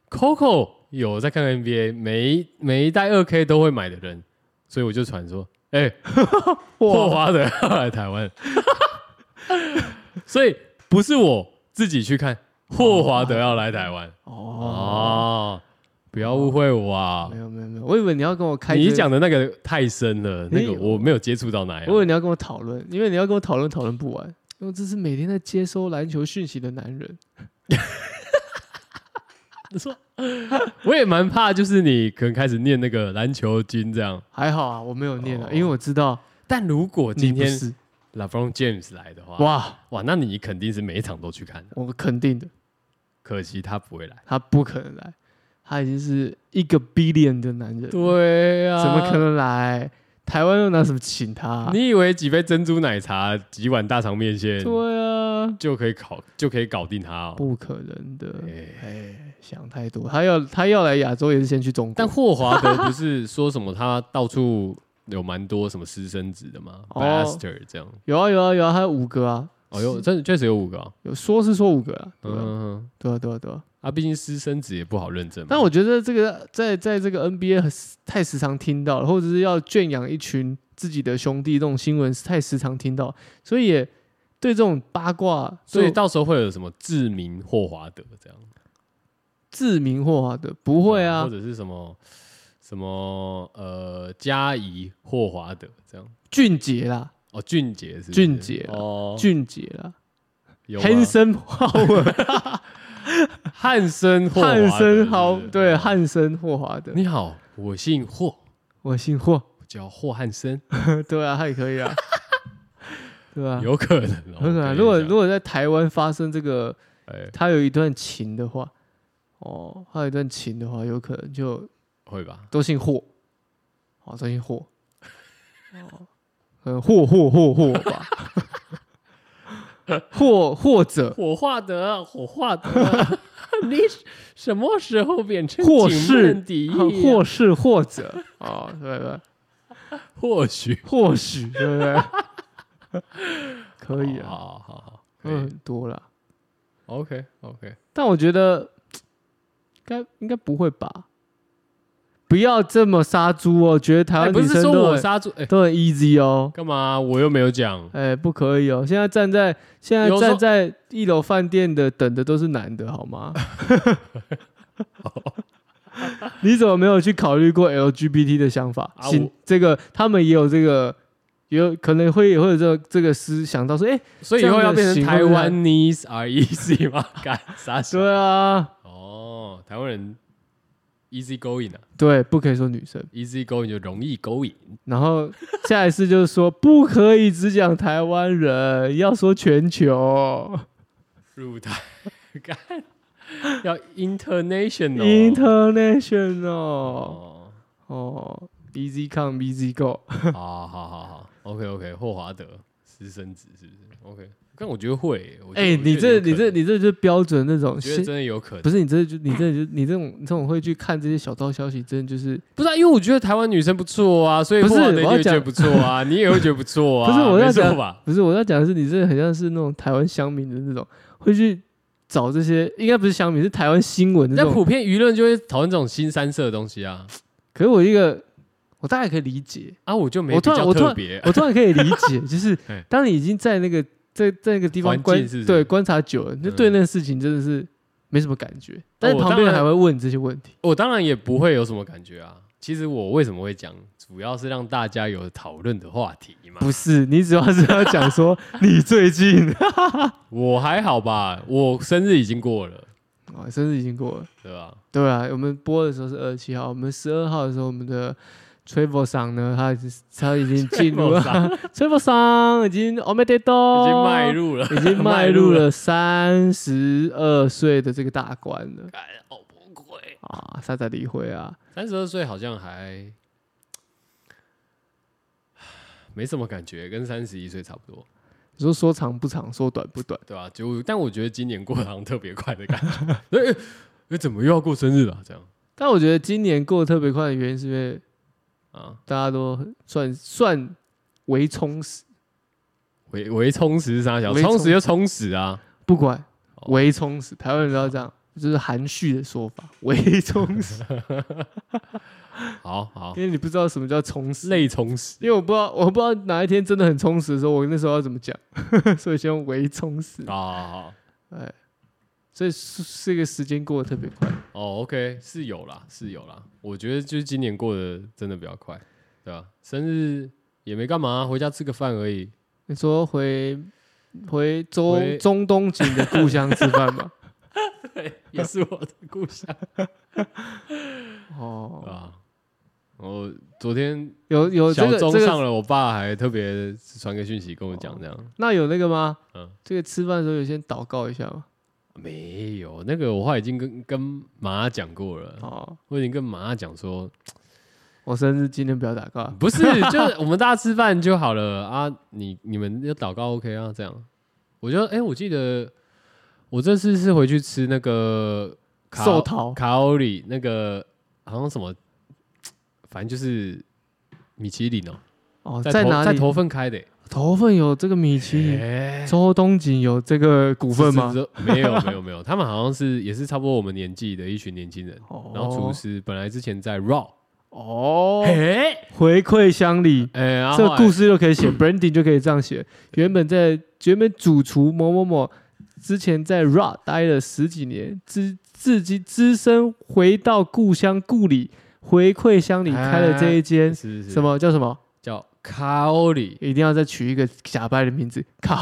c o c o 有在看 NBA，每一每一代二 K 都会买的人，所以我就传说，哎、霍哇，华 德要来台湾，所以不是我自己去看霍华德要来台湾。哦，哦，不要误会我啊没！有没有没有，我以为你要跟我开，你讲，的那个太深了，你那个我没有接触到那我以为样。你要跟我讨论，因为你要跟我讨论讨论不完，因为这是每天在接收篮球讯息的男人。你说，我也蛮怕，就是你可能开始念那个篮球经这样。还好啊，我没有念啊，哦因为我知道但如果你今不天是 LeBron James 来的话，哇，哇，那你肯定是每一场都去看的。我肯定的，可惜他不会来。他不可能来，他已经是一个 billion 的男人，对啊怎么可？能来？台湾又拿什么请他、你以为几杯珍珠奶茶、几碗大肠面线对啊，就可以搞就可以搞定他哦？不可能的，哎哎，想太多。他要他要来亚洲也是先去中但国，霍华德不是说什么他到处有蛮多什么私生子的吗哦？Bastard 这样，有啊有啊有啊，他有五个啊，哦哟，真的确实有五个哦，有说是说五个啊，嗯对啊、哼哼，对啊对啊对啊。啊，毕竟私生子也不好认证嘛。但我觉得这个在在这个 NBA 很太时常听到了，或者是要圈养一群自己的兄弟这种新闻是太时常听到，所以也对这种八卦，所以到到时候会有什么志明霍华德这样？自明霍华德不会啊或，者是什么什么呃嘉怡霍华德这样？俊杰啦，哦，俊杰是不是俊杰啊哦，俊杰啦有啊吗，Hanson Howard， 汉森霍华德汉森豪是不，是对，哦汉森霍华德，你好，我姓霍，我姓霍， 我叫霍汉森，对啊，他也可以啊， 对啊，有可能哦，很可能。我跟你如果讲如果在台湾发生这个。哎他有一段情的话，哦，他有一段情的话，有可能就会吧？都姓霍，哦，都姓霍，哦，嗯，霍霍霍霍吧， 或或者火化德，火化 德，你什么时候变成或请是问第一、啊或是或者，哦，对不对？或许或许对不对？ 可以啊，好好好，嗯嗯，很多啦， ，OK OK，但我觉得该应该不会吧。不要这么杀猪哦，觉得台哎湾不女是生说都我很杀猪，哎，都很 easy 哦。干嘛？我又没有讲。哎，不可以哦！现在站在现在有时候站在一楼饭店的等的都是男的，好吗？ 你怎么没有去考虑过 LGBT 的想法？啊行我，这个他们也有这个，也有可能会也会有这个这个思想到说，哎，所以以后要变成台湾 knees are easy 吗？干啥事？对啊，哦，台湾人 easy going 啊对，不可以说女生。 ，easy going 就容易勾引。然后下一次就是说，不可以只讲台湾人，要说全球哦入台干 要 international international 哦，哦，easy come easy go。 好啊好好好，OK OK，霍华德私生子是不是？OK，但我觉得会欸，我觉得哎，我觉得你这有可能你这你这就是标准那种我觉得是，真的有可能不，是你这就你这就你这种你这种会去看这些小道消息，真的就是不是啊，因为我觉得台湾女生不错啊，所以不是霍华德一定我要会觉得讲不错 啊，你也会觉得不错啊，不是我要没错讲吧？不是我要讲的是，你这很像是那种台湾乡民的那种会去找这些，应该不是乡民，是台湾新闻的那但种普遍舆论就会讨论这种新三色的东西啊，可是我一个，我大概可以理解，啊，我就没我比突然较我突然特别，我突然可 以理解，就是哎当你已经在那个在在那个地方环观境是不是对观察久了，就对那个事情真的是没什么感觉，但是哦我旁当边人然还会问你这些问题。我当然也不会有什么感觉啊。其实我为什么会讲，主要是让大家有讨论的话题嘛。不是，你主要是要讲说你 最近我还好吧，我生日已经过了，哦，生日已经过了，对吧？对啊，我们播的时候是二十七号，我们十二号的时候，我们的 Travel 桑呢，他已经他 已经进入 Travel 桑了 Travel 桑，已经 o m e d e d o 已经 迈入了，哦已经迈入了三十二岁的这个大关了哎，好崩溃。啊！沙仔离婚啊，三十二岁好像还没什么感觉，跟三十一岁差不多，你说说长不长，说短不短，对吧、就但我觉得今年过得好像特别快的感觉。哎、哎怎么又要过生日了、这样但我觉得今年过得特别快的原因是因为啊，大家都算算为充实，为为充实是啥小？为充充实就充实啊。不管哦为充实，台湾人都要这样，就是含蓄的说法，为充实，哦好好， 因为你不知道什么叫充实。类充实。因为我不知道，我不知道哪一天真的很充实的时候，我那时候要怎么讲， 所以先用为充实。啊，哎，所以是这个时间过得特别快。哦，OK，是有啦，是有啦。我觉得就是今年过得真的比较快，对吧、生日也没干嘛，回家吃个饭而已。你说回回中回中东锦的故乡吃饭吗？ 对，也是我的故乡哦，啊。我昨天有有哦这小个钟这个，上了，我爸还特别传个讯息跟我讲，这样那有那个吗？嗯这个吃饭的时候有先祷告一下吗？没有那个，我话已经跟跟妈讲过了，哦，我已经跟妈讲说，我生日今天不要祷告啊，不是，就是我们大家吃饭就好了啊。你你们要祷告 OK 啊？这样，我觉得，哎、我记得我这次是回去吃那个卡寿桃卡奥里那个好像什么，反正就是米其林哦、哦，头哪在里？头份开的、欸，头份有这个米其林，哎中东锦有这个股份吗是？是是没有没有没有，他们好像是也是差不多我们年纪的一群年轻人。哦然后厨师本来之前在 Raw，哦，哎回馈乡里，哎，然后这后个来故事就可 以写 branding 就可以这样写。原本在原本主厨某某某之前在 Raw 待了十几年，资自己只身回到故乡故里，回馈乡里开了这一间、是哎是是什么叫什么？叫卡奥 里，一定要再取一个假掰的名字， 靠！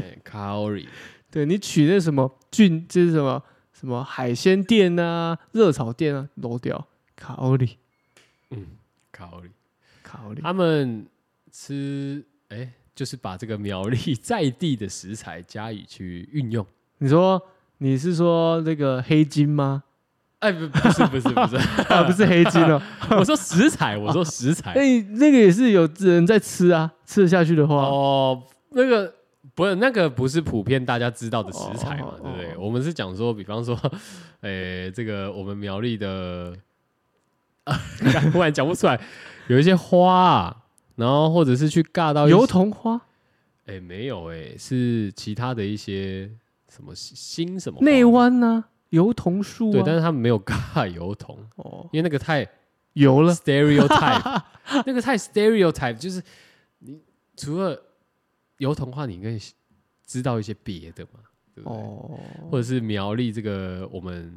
哎卡奥里。对你取那什么郡，这是什么什么海鲜店啊、热炒店啊，漏掉卡欧里，卡奥里，卡欧里，他们吃哎、就是把这个苗栗在地的食材加以去运 用。你说你是说那个黑金吗？ 哎、不，不是，不是，不是，啊，不是黑金哦，我说食材，我说食材。哎，那个也是有人在吃啊，吃得下去的话，哦，那个不是那个不是普遍大家知道的食材嘛哦，对不对哦？我们是讲说，比方说， 哎、这个我们苗栗的， 啊、忽然讲不出来，有一些花、啊，然后或者是去尬到一些油桐花、哎、没有哎、是其他的一些什么新什么花内湾呐、油桐树对，但 啊，是他们没有尬油桶，哦，因为那个太有了 stereotype，那个太 stereotype，就是你除了油桐话，你应该知道一些别的嘛，对不对？哦，或者是苗栗这个我们，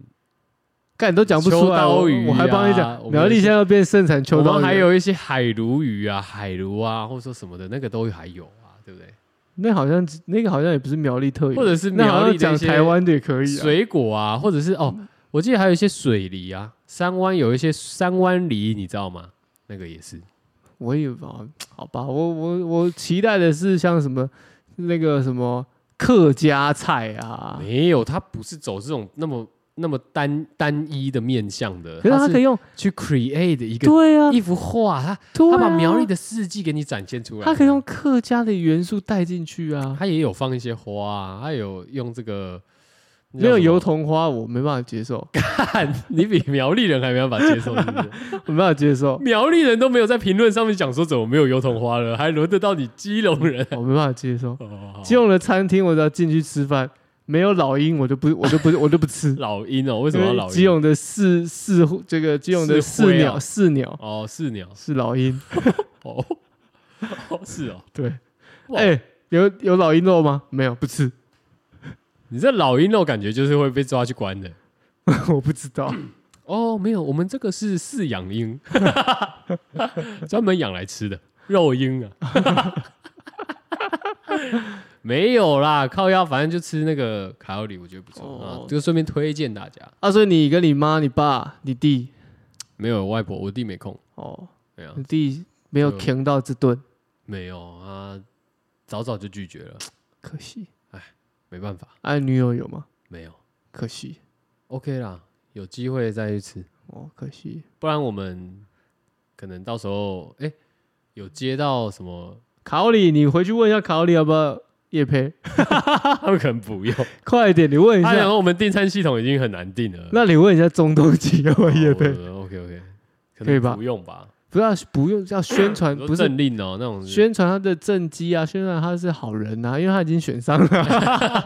干你都讲不出秋来，刀我鱼我还帮你啊讲我，们苗栗现在要变盛产秋我刀鱼啊们了，还有一些海鲈鱼啊、海鲈啊，或者说什么的，那个都还有啊，对不对？那好像那个好像也不是苗栗特有，或者是那好苗像栗的一讲些台湾的也可以啊，水果啊，或者是哦，我记得还有一些水梨啊，三湾有一些三湾梨，你知道吗？那个也是，我也啊，好吧，我我我期待的是像什么那个什么客家菜啊，没有，它不是走这种那么那么单单一的面向的，可是它可以用去 create 一个对啊，一幅画，它对它把啊，苗栗的四季给你展现出来，它可以用，客家的元素带进去啊，它也有放一些花、啊，它有用这个没有油油桐花我没办法接受， 炭，你比苗栗人还没办法接受，是 不是？我没办法接受，苗栗人都没有在评论上面讲说怎么没有油桐花了，还轮得到你基隆人？我没办法接受。哦好基隆的餐厅我只要进去吃饭，没有老鹰我就不我 就不我就不吃，老鹰哦，为什么要因老为鹰？基隆的四四这个基隆的四灰四啊鸟四鸟哦，是鸟是老鹰， 哦，哦是哦，对，哇哎、有有老鹰肉吗？没有，不吃。 你这老鹰肉感觉就是会被抓去关的。我不知 道，哦，没有，我们这个是饲养鹰， 专门养来吃的肉鹰啊。 没有啦，靠腰，反正就吃那个卡路里，我觉得不错、哦啊，就顺便推荐大家。啊，所以你跟你妈、你爸、你弟，没有外婆，我弟没空，哦，没有、你弟没有就啃到这顿，没有啊，早早就拒绝了，可惜。没办法，啊，女友有吗？没有可惜， ，OK 啦，有机会再去吃。哦，可惜。不然我们可能到时候哎、诶有接到什么， 卡奥里，你回去问一下卡奥里要不要叶培，他们可能不用。快一点，你问一他然下。后我们订餐系统已经很难订了，哦那你问一下中东籍要不要叶培？ OK OK，可以吧不用吧？不要，不用，要宣传，你说不是政令哦，那种选宣传他的政绩啊，宣传他是好人啊，因为他已经选 上了，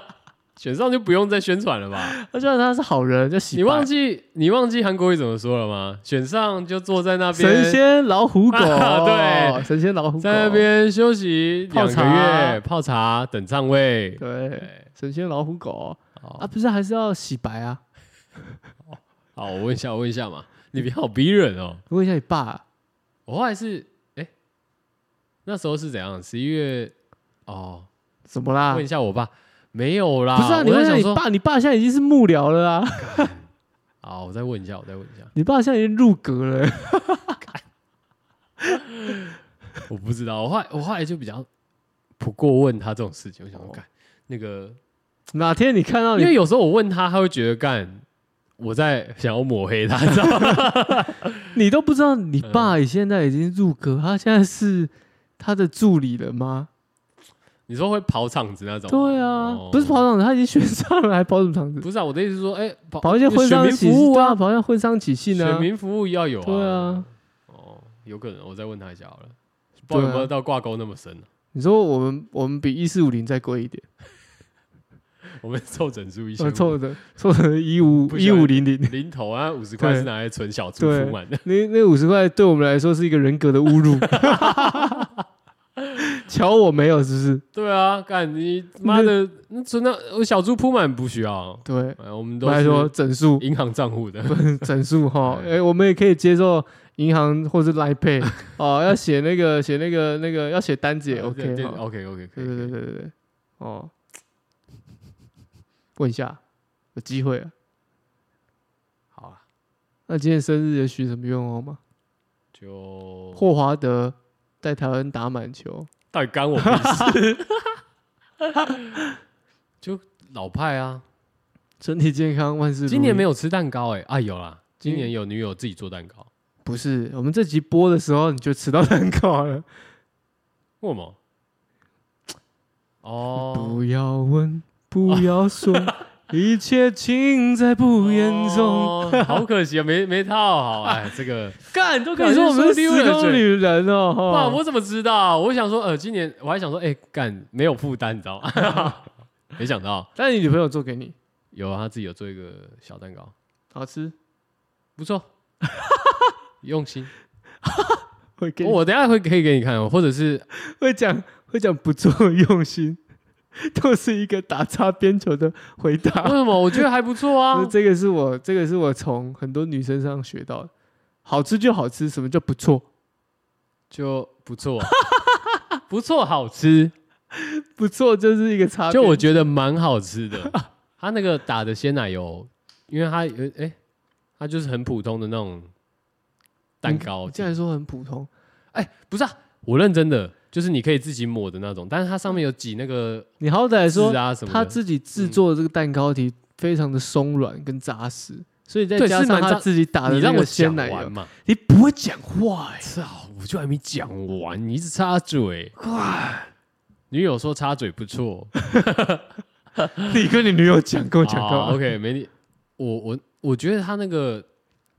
选上就不用再宣传了吧？他宣传他是好人，就洗你白忘记你忘记韩国语怎么说了吗？选上就坐在那边，神仙老虎 狗，啊对神仙老虎狗在那，边休息泡两茶个月，泡茶等上位。对，对，神仙老虎狗啊，好，不是还是要洗白啊？好，我问一下，我问一下嘛，你别好逼人哦。问一下你爸啊，我后来是哎、那时候是怎样？十一月哦，怎么啦？问一下我爸，没有啦。啊不是啊，你我问在一下想你说，爸，你爸现在已经是幕僚了啊， 好，我再问一下，我再问一下，你爸现在已经入阁了，我不知道。我后来我后来就比较不过问他这种事情，我想说哦干、那个，哪天你看到因你为有时候我问他，他会觉得干我在想要抹黑他，你知道 吗？嗯你都不知道你爸现在已经入阁，他现在是他的助理了吗？你说会跑场子那种吗？对啊哦，不是跑，场子，他已经选上了，还跑什么场子？不是啊，我的意思是说，哎、跑跑一些婚选丧民喜服务对啊啊，，跑一些婚丧喜庆选啊，民服务要有啊。对啊。哦，有可能，我再问他一下好了。不知道有没有到挂钩那么深、啊 你说我们我们比一四五零再贵一点，我们凑整数一千我五， 凑的凑成一五不喜一欢五零零，零头啊，五十块对是拿来存小猪付满的。那那五十块对我们来说是一个人格的 侮辱。瞧我没有是不是？对啊，干你妈的，那存到我小猪铺满不需要，对，哎，我们我都还是说整数 银行账户的， 整数哈，对哎，我们也可以接受银行或是 Line Pay 哦，要写那个写那个那个要写单子也 OK 啊对哈， OK OK 可对以对对可以对对对，哦，问一下，有机会啊？好啊，那今天生日有许什么愿望吗？就霍华德在台湾打满球，到底干我屁事？ 就老派啊，身体健康，万事如意。今年没有吃蛋糕哎，啊有啦，今今年有女友自己做蛋糕，不是，我们这集播的时候你就吃到蛋糕了。为什么？哦，不要问，不 要说，一切尽在不言中。哦好可惜啊，没没套好，哎，这个。 干、都可以说我们是时空旅人哦。哇，哇，我怎么知道？我想说，呃，今年我还想说，哎、干没有负担，你知道吗？ 没想到但你女朋友做给你，有啊他自己有做一个小蛋糕， 好吃。不错。用心。会给你我等一下会可以给你看哦，或者是会讲会讲不做用心， 都是一个打擦边球的回为答。什么？我觉得还不错啊那。这啊 个是我这个是我从很多女生上学到的，好吃就好吃，什么叫不错？就不错，不错，好 吃，不错就是一个擦边。就我觉得蛮好吃的。 它那个打的鲜奶油，因为它有哎、它就是很普通的那种蛋糕你，竟然说很普通，不是啊，我认真的，就是你可以自己抹的那种，但是它上面有挤那个你好歹汁说啊什么他的，自己制作的这个蛋糕体非常的松软跟扎实，所以再对加是上蛮他扎自己打的你那让个我鲜讲奶完油，嘛。你不会讲话哎、操，哦我就还没讲完，你一直插嘴。女友说插嘴不错， 你跟你女友讲，跟我讲干嘛好哦啊 OK，没你，我我我觉得他那个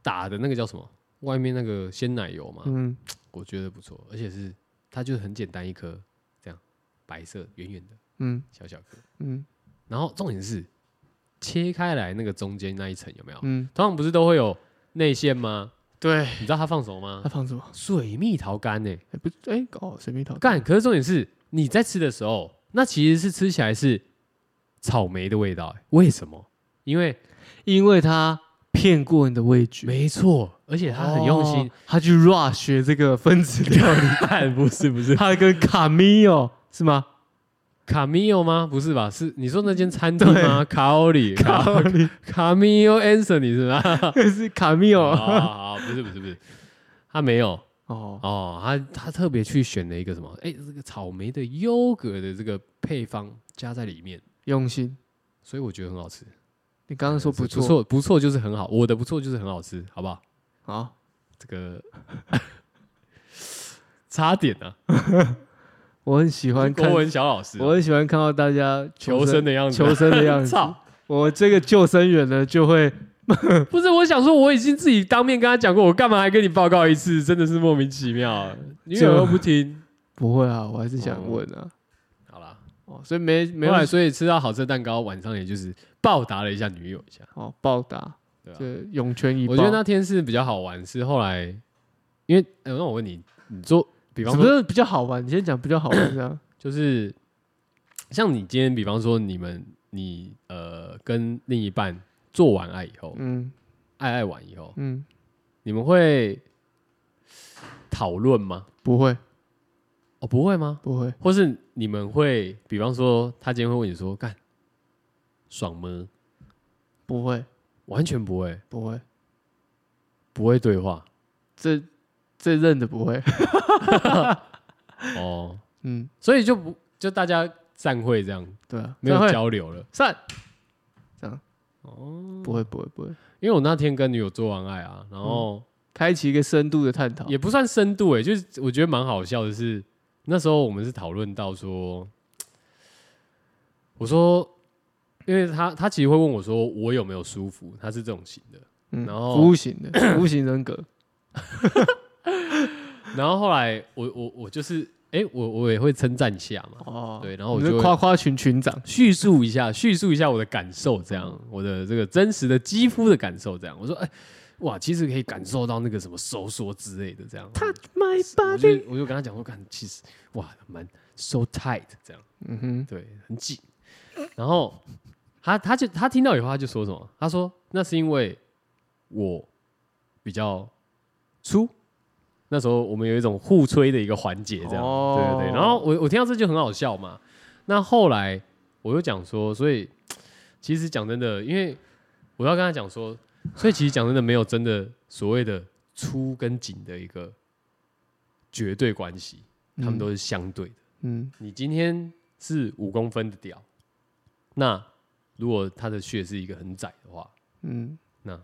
打的那个叫什么？外面那个鲜奶油嘛，嗯，我觉得不错，而且是它就是很简单一颗，这样白色圆圆的嗯小小颗，嗯然后重点是切开来那个中间那一层有没有？嗯，通常不是都会有内馅吗？对，啊你知道它放什么他吗？放什么？水蜜桃干呢、哎、不，哎、哦，水蜜桃干，可是重点是你在吃的时候，那其实是吃起来是草莓的味道、欸，为什么？因为因为他骗过你的味觉，没错，而且他很用心哦。，他去 raw 学这个分子料 理，哦不是不是他跟卡米奥是吗？ 卡米欧吗？不是吧？是你说那间餐厅吗？卡欧里卡米 卡米欧 Anthony 是吧？是卡米哦，奥好，好不是不是不是，他没有哦，哦，他他特别去选了一个什么？哎、这个草莓的优格的这个配方加在里面，用心。所以我觉得很好吃。你刚刚说不不错，错不错就是很好，我的不错就是很好吃，好不好？好，这个 差点啊，我很喜欢看国，文小老师啊、我很喜欢看到大家求生的样子，求生的样 子。操！我这个救生员呢，就会不是，我想说我已经自己当面跟他讲过，我干嘛还跟你报告一次？真的是莫名其妙啊，女友又不听。不会啊，我还是哦想问啊。好啦，哦，所以没没没有，有所以吃到好吃的蛋糕，晚上也就是报答了一下女友一下。哦报答，对啊这涌泉一报。我觉得那天是比较好玩，是后来因为、呃那我问你，你做比方什么说叫比较好玩？你先讲比较 好玩这样。就是像你今天，比方说你们你呃跟另一半做完爱以后，嗯爱爱完以后，嗯，你们会讨论吗？不会哦，不会吗？不会，或是你们会，比方说，他今天会问你说：“干，爽吗不会？”完全不会，不会，不会对话这这认的不会。哦，嗯，所以就不就大家散会这样，对啊，没有散会交流了。散，这样哦，不会不会不会，因为我那天跟女友做完爱啊，然嗯后开启一个深度的探讨。也不算深度诶、欸就是我觉得蛮好笑的是，那时候我们是讨论到说，我说，因为他他其实会问我说我有没有舒服，他是这种型的，嗯，然后服务 型的服务型人格，然后后来我我我就是诶、我我也会称赞一下嘛，哦，对然后我你是就会夸夸群群长，叙述一下，叙述一下我的感受，这样我的这个真实的肌肤的感受，这样我说，哎、哇，其实可以感受到那个什么收缩之类的，这样。他 my 我就我就跟他讲说，看，其实哇，蛮 so tight 这样，嗯哼，对，很紧。然后他他就他听到以后，他就说什么？他说那是因为我比较粗。那时候我们有一种互吹的一个环节，这样，哦对对对。然后我我听到这就很好笑嘛。那后来我又讲说，所以其实讲真的，因为我要跟他讲说，所以其实讲真的没有真的所谓的粗跟紧的一个绝对关系，他们嗯都是相对的。嗯你今天是五公分的屌，那如果他的穴是一个很窄的话，嗯那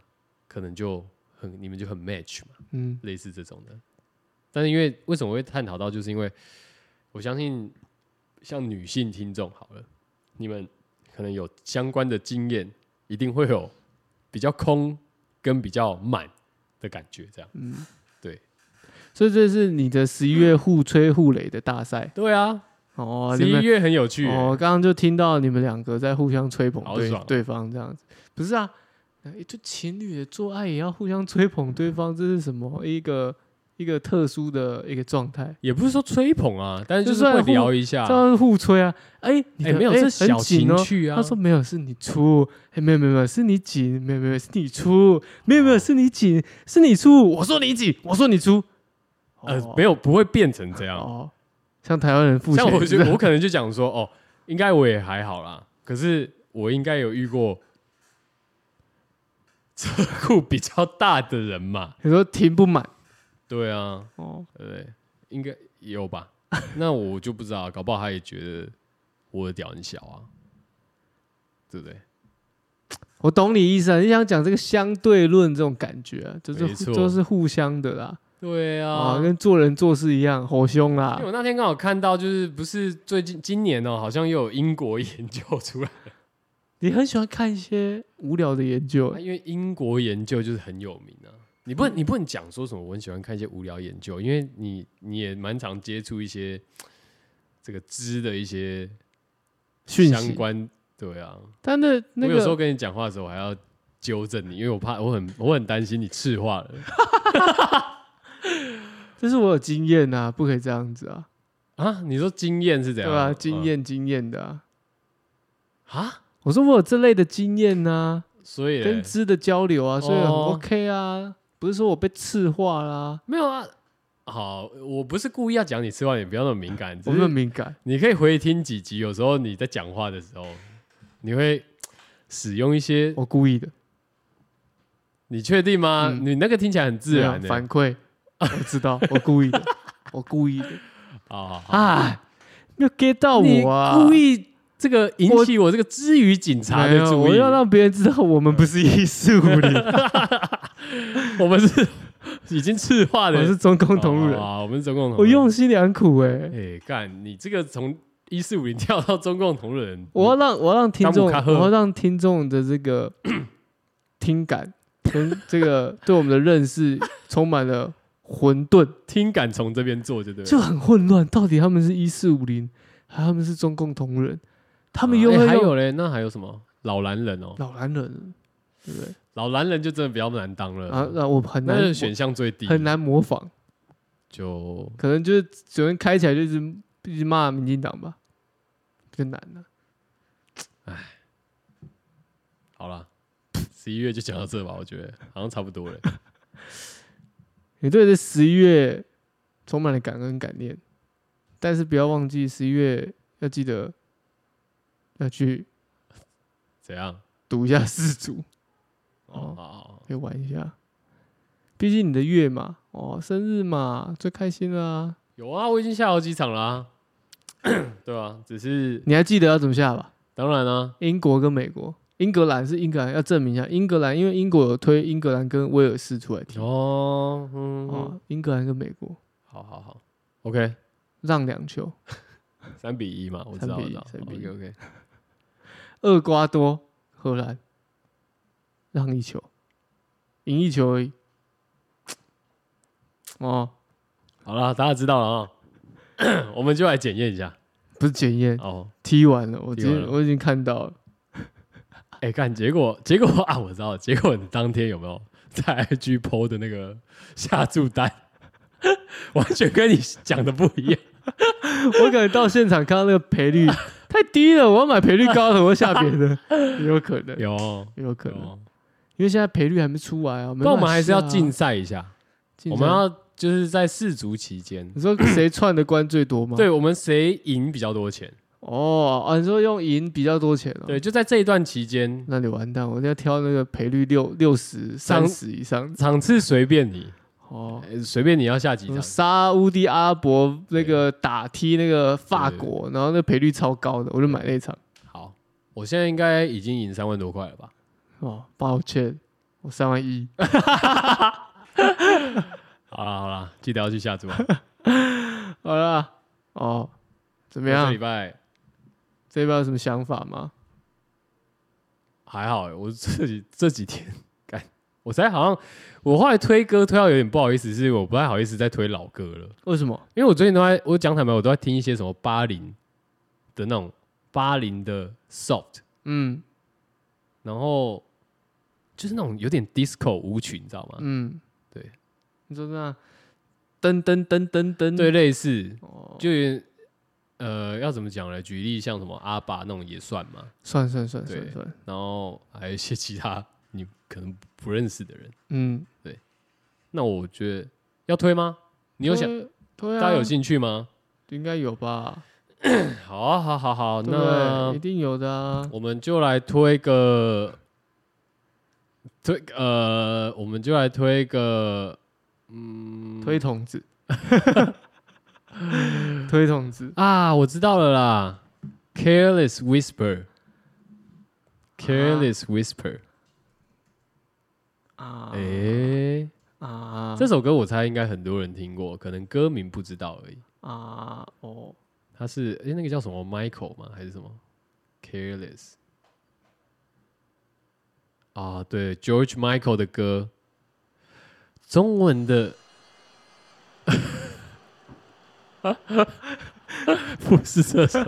可能就很你们就很 match 嘛，嗯类似这种的。但是因为为什么会探讨到，就是因为我相信像女性听众好了，你们可能有相关的经验，一定会有比较空跟比较满的感觉，这样。嗯，对。所以这是你的十一月互吹互擂的大赛对啊，哦，十你一们月很哦有趣欸、哦，刚刚就听到你们两个在互相吹捧好对爽对方这样子，不是啊？那一对情侣的做爱也要互相吹捧对方，这是什么一个一个特殊的一个状态？也不是说吹捧啊，但是就就是算会互聊一下。这样是互吹啊！哎、你哎，的没有哎这很小紧情哦趣啊。他说没有，是你出。哎，没有没有没有，是你紧，没有没有是你哦出，没有没有是你紧，是你出。我说你紧，我说你出。呃哦，没有，不会变成这样。哦，像台湾人付钱，像我是觉不得是我可能就讲说，哦，应该我也还好啦。可是我应该有遇过车库比较大的人嘛？你说停不满对啊，哦，对不对？应该有吧？那我就不知道，搞不好他也觉得我的屌很小啊，对不对？我懂你意思啊，你想讲这个相对论这种感觉、啊，就是没错都是互相的啦，对啊啊，，跟做人做事一样，吼凶因啦为，我那天刚好看到，就是不是最近今年哦、好像又有英国研究出来，你很喜欢看一些无聊的研究啊，因为英国研究就是很有名啊。你嗯不能你不能讲说什么我很喜欢看一些无聊研究，因为你你也蛮常接触一些这个知的一些讯相息，关，对啊。但那那我有时候个跟你讲话的时候，我还要纠正你，因为我怕我很我很担心你赤化 了这是我有经验呐、啊，不可以这样子啊，啊。你说经验是怎对样？啊吧、经验经验的、啊，嗯啊，我说我有这类的经验呐、所以嘞跟知的交流啊，所以很哦 OK 啊，不是说我被赤化啦、没有啊。好，我不是故意要讲你吃完，也不要那么敏感。只我是没有敏感。你可以回听几集，有时候你在讲话的时候，你会使用一些，我故意的，你确定吗？嗯你那个听起来很自然欸没有的、反馈，我知道，我 故意的，我故意的，好哦好好，哎，没有 get 到你我啊，故意这个引起我这个知语警察没的有注哎我意，要让别人知道我们不是一四五 零，我们是 已经赤化的我是中共同路人，啊，我们是中共同路人。我用心良苦哎、哎干，你这个从一四五零跳到中共同路人，我要让我要让听当姆众，卡赫我要让听众的这个 听感跟这 个对我们的认识充满了混沌，听感从这边做就对了。就很混乱，到底他们是一四五零，还是他们是中共同路人，他们又哎会还用有嘞，那还有什么老男人哦？老男人，对不对？老男人就真的比较难当了啊，那我很呃那难个选项最低，很难模仿，就可能就是只能开起来就是一直骂民进党吧，比较难啊了、好啦。十一月就讲到这吧，我觉得好像差不多了。你对这十一月充满了感恩感念，但是不要忘记十一月要记得要去怎样？读一下四组， 哦哦，好好好可以玩一下。毕竟你的月嘛，哦，生日嘛，最开心啦、有啊，我已经下好几场啦、啊 对啊，只是你还记得要怎么下吧？当然啊，英国跟美国，英格兰是英格兰，要证明一下英格兰，因为英国有推英格兰跟威尔士出来踢。哦，嗯，哦，英格兰跟美国好好好，OK，让两球，三比一嘛，我知道，我3比知一道3比一 o k OK，厄瓜多荷兰让一球，赢一球而已。哦，好啦，大家知道了啊、 我们就来检验一下不是检验，哦。踢完了，我踢已完经了我已经看到了， 哎、看结果，结果 啊，我知道了，结果你当天有没有在 IG PO 的那个下注单， 完全跟你讲的不一样。我可能到现场看到那个赔率太低了，我要买赔率高的，我要下别的， 也有可能，有也有可有，能，因为现在赔率还没出来啊，没那办法我们还是要下啊竞，赛一下，竞我赛们要就是在世足期间， 你说谁串的关最多吗？对我们谁赢比较多钱？哦，啊，你说用赢比较多钱哦。对，，就在这一段期间，那你完蛋，我一定要挑那个赔率六六十、上三十以上的。场次随便你，哦，呃随便你要下几什么场。沙乌地阿拉伯那个打踢那个法国，然后那赔率超高的，我就买那一场。好，我现在应该已经赢三万多块了 吧？哦，抱歉，我三万 一。好啦好啦，记得要去下注啊。好啦，哦，怎么这样礼？拜这边有什么想法吗？还好欸，我这几这几天干，我才好像我后来推歌推到有点不好意思，是我不太好意思再推老歌了，为什么？因为我最近都在我讲坦白，我都在听一些什么八零的那种八零的 soft，嗯，然后就是那种有点 disco 舞曲，你知道吗？啊嗯，对，你说那噔噔噔噔噔，对，，类似哦，就有点呃，要怎么讲呢？举例像什么阿爸那种也算嘛，算算算对算算，然后还有一些其他你可能不认识的人。嗯，那我觉得要推吗？你有想对，对啊，大家有兴趣吗？应该有吧？好啊，好好好，对不对那一定有的啊。我们就来推个推呃，我们就来推个嗯推 筒子，推筒子，啊，我知道了啦，Careless Whisper。Careless Whisper，啊诶，啊这首歌我猜应该很多人听过，可能歌名不知道而已。啊哦，它是诶，那个叫什么 Michael 吗？还是什么 Careless？啊，对，George Michael 的歌，中文 的 不是这首，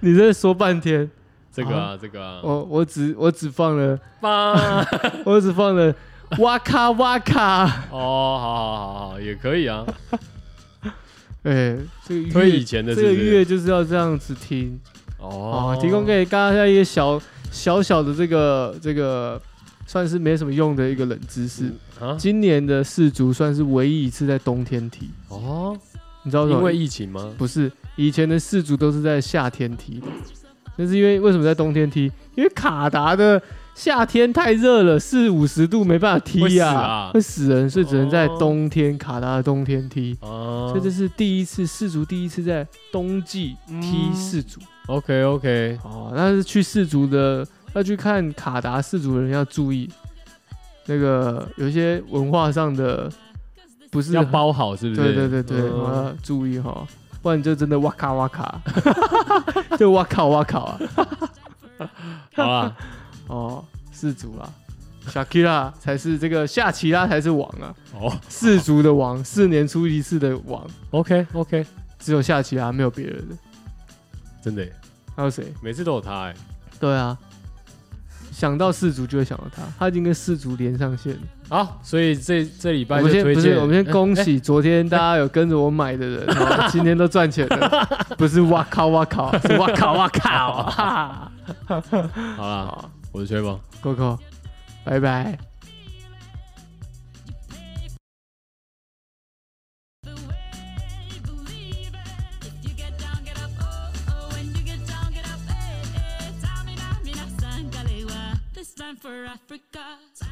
你这说半天，这个啊，这个啊， 哦我我只我只放了，吧。我只 放了哇咔哇咔，哦，好好好好，也可以啊，哎，这个乐推以前的是这不个是乐就是要这样子听哦哦，提供给给大家一个小小小的这个这个算是没什么用的一个冷知识。啊今年的世足算是唯一一次在冬天踢，哦，你知道为什因么为疫情吗？不是，以前的四足都是在夏天踢的，那是因为为什么在冬天踢？因为卡达的夏天太热了，四五十度没办法会踢死呀、啊会死人，所以只能在哦冬天、卡达的冬天踢。哦所以这是第一次四足第一次在冬季踢嗯四足、 OK OK，哦，但是去四足的要去看卡达四足的人要注意，那个有一些文化上的不是要很包好是不是？对对对对，嗯我要注意哈，不然你就真的哇咔哇咔， 就哇靠哇靠啊！好啦，哦，氏族啦，小 K 啦才是这个夏奇拉才是王啊，哦氏族的王，四年出一次的王， ，OK OK，只有夏奇拉没有别人的，真的耶，还有谁？每次都有他哎，对啊，想到氏族就会想到他，他已经跟氏族连上线了。好，所以这这礼我拜就们先推不是，荐，我们先哎恭哎喜昨天大家有跟着我买的人，哦今天都赚钱了， 不是哇靠哇靠，是哇靠哇靠， 哈哎好啦，哈。我是吹风。 Coco，拜拜。 This time for Africa.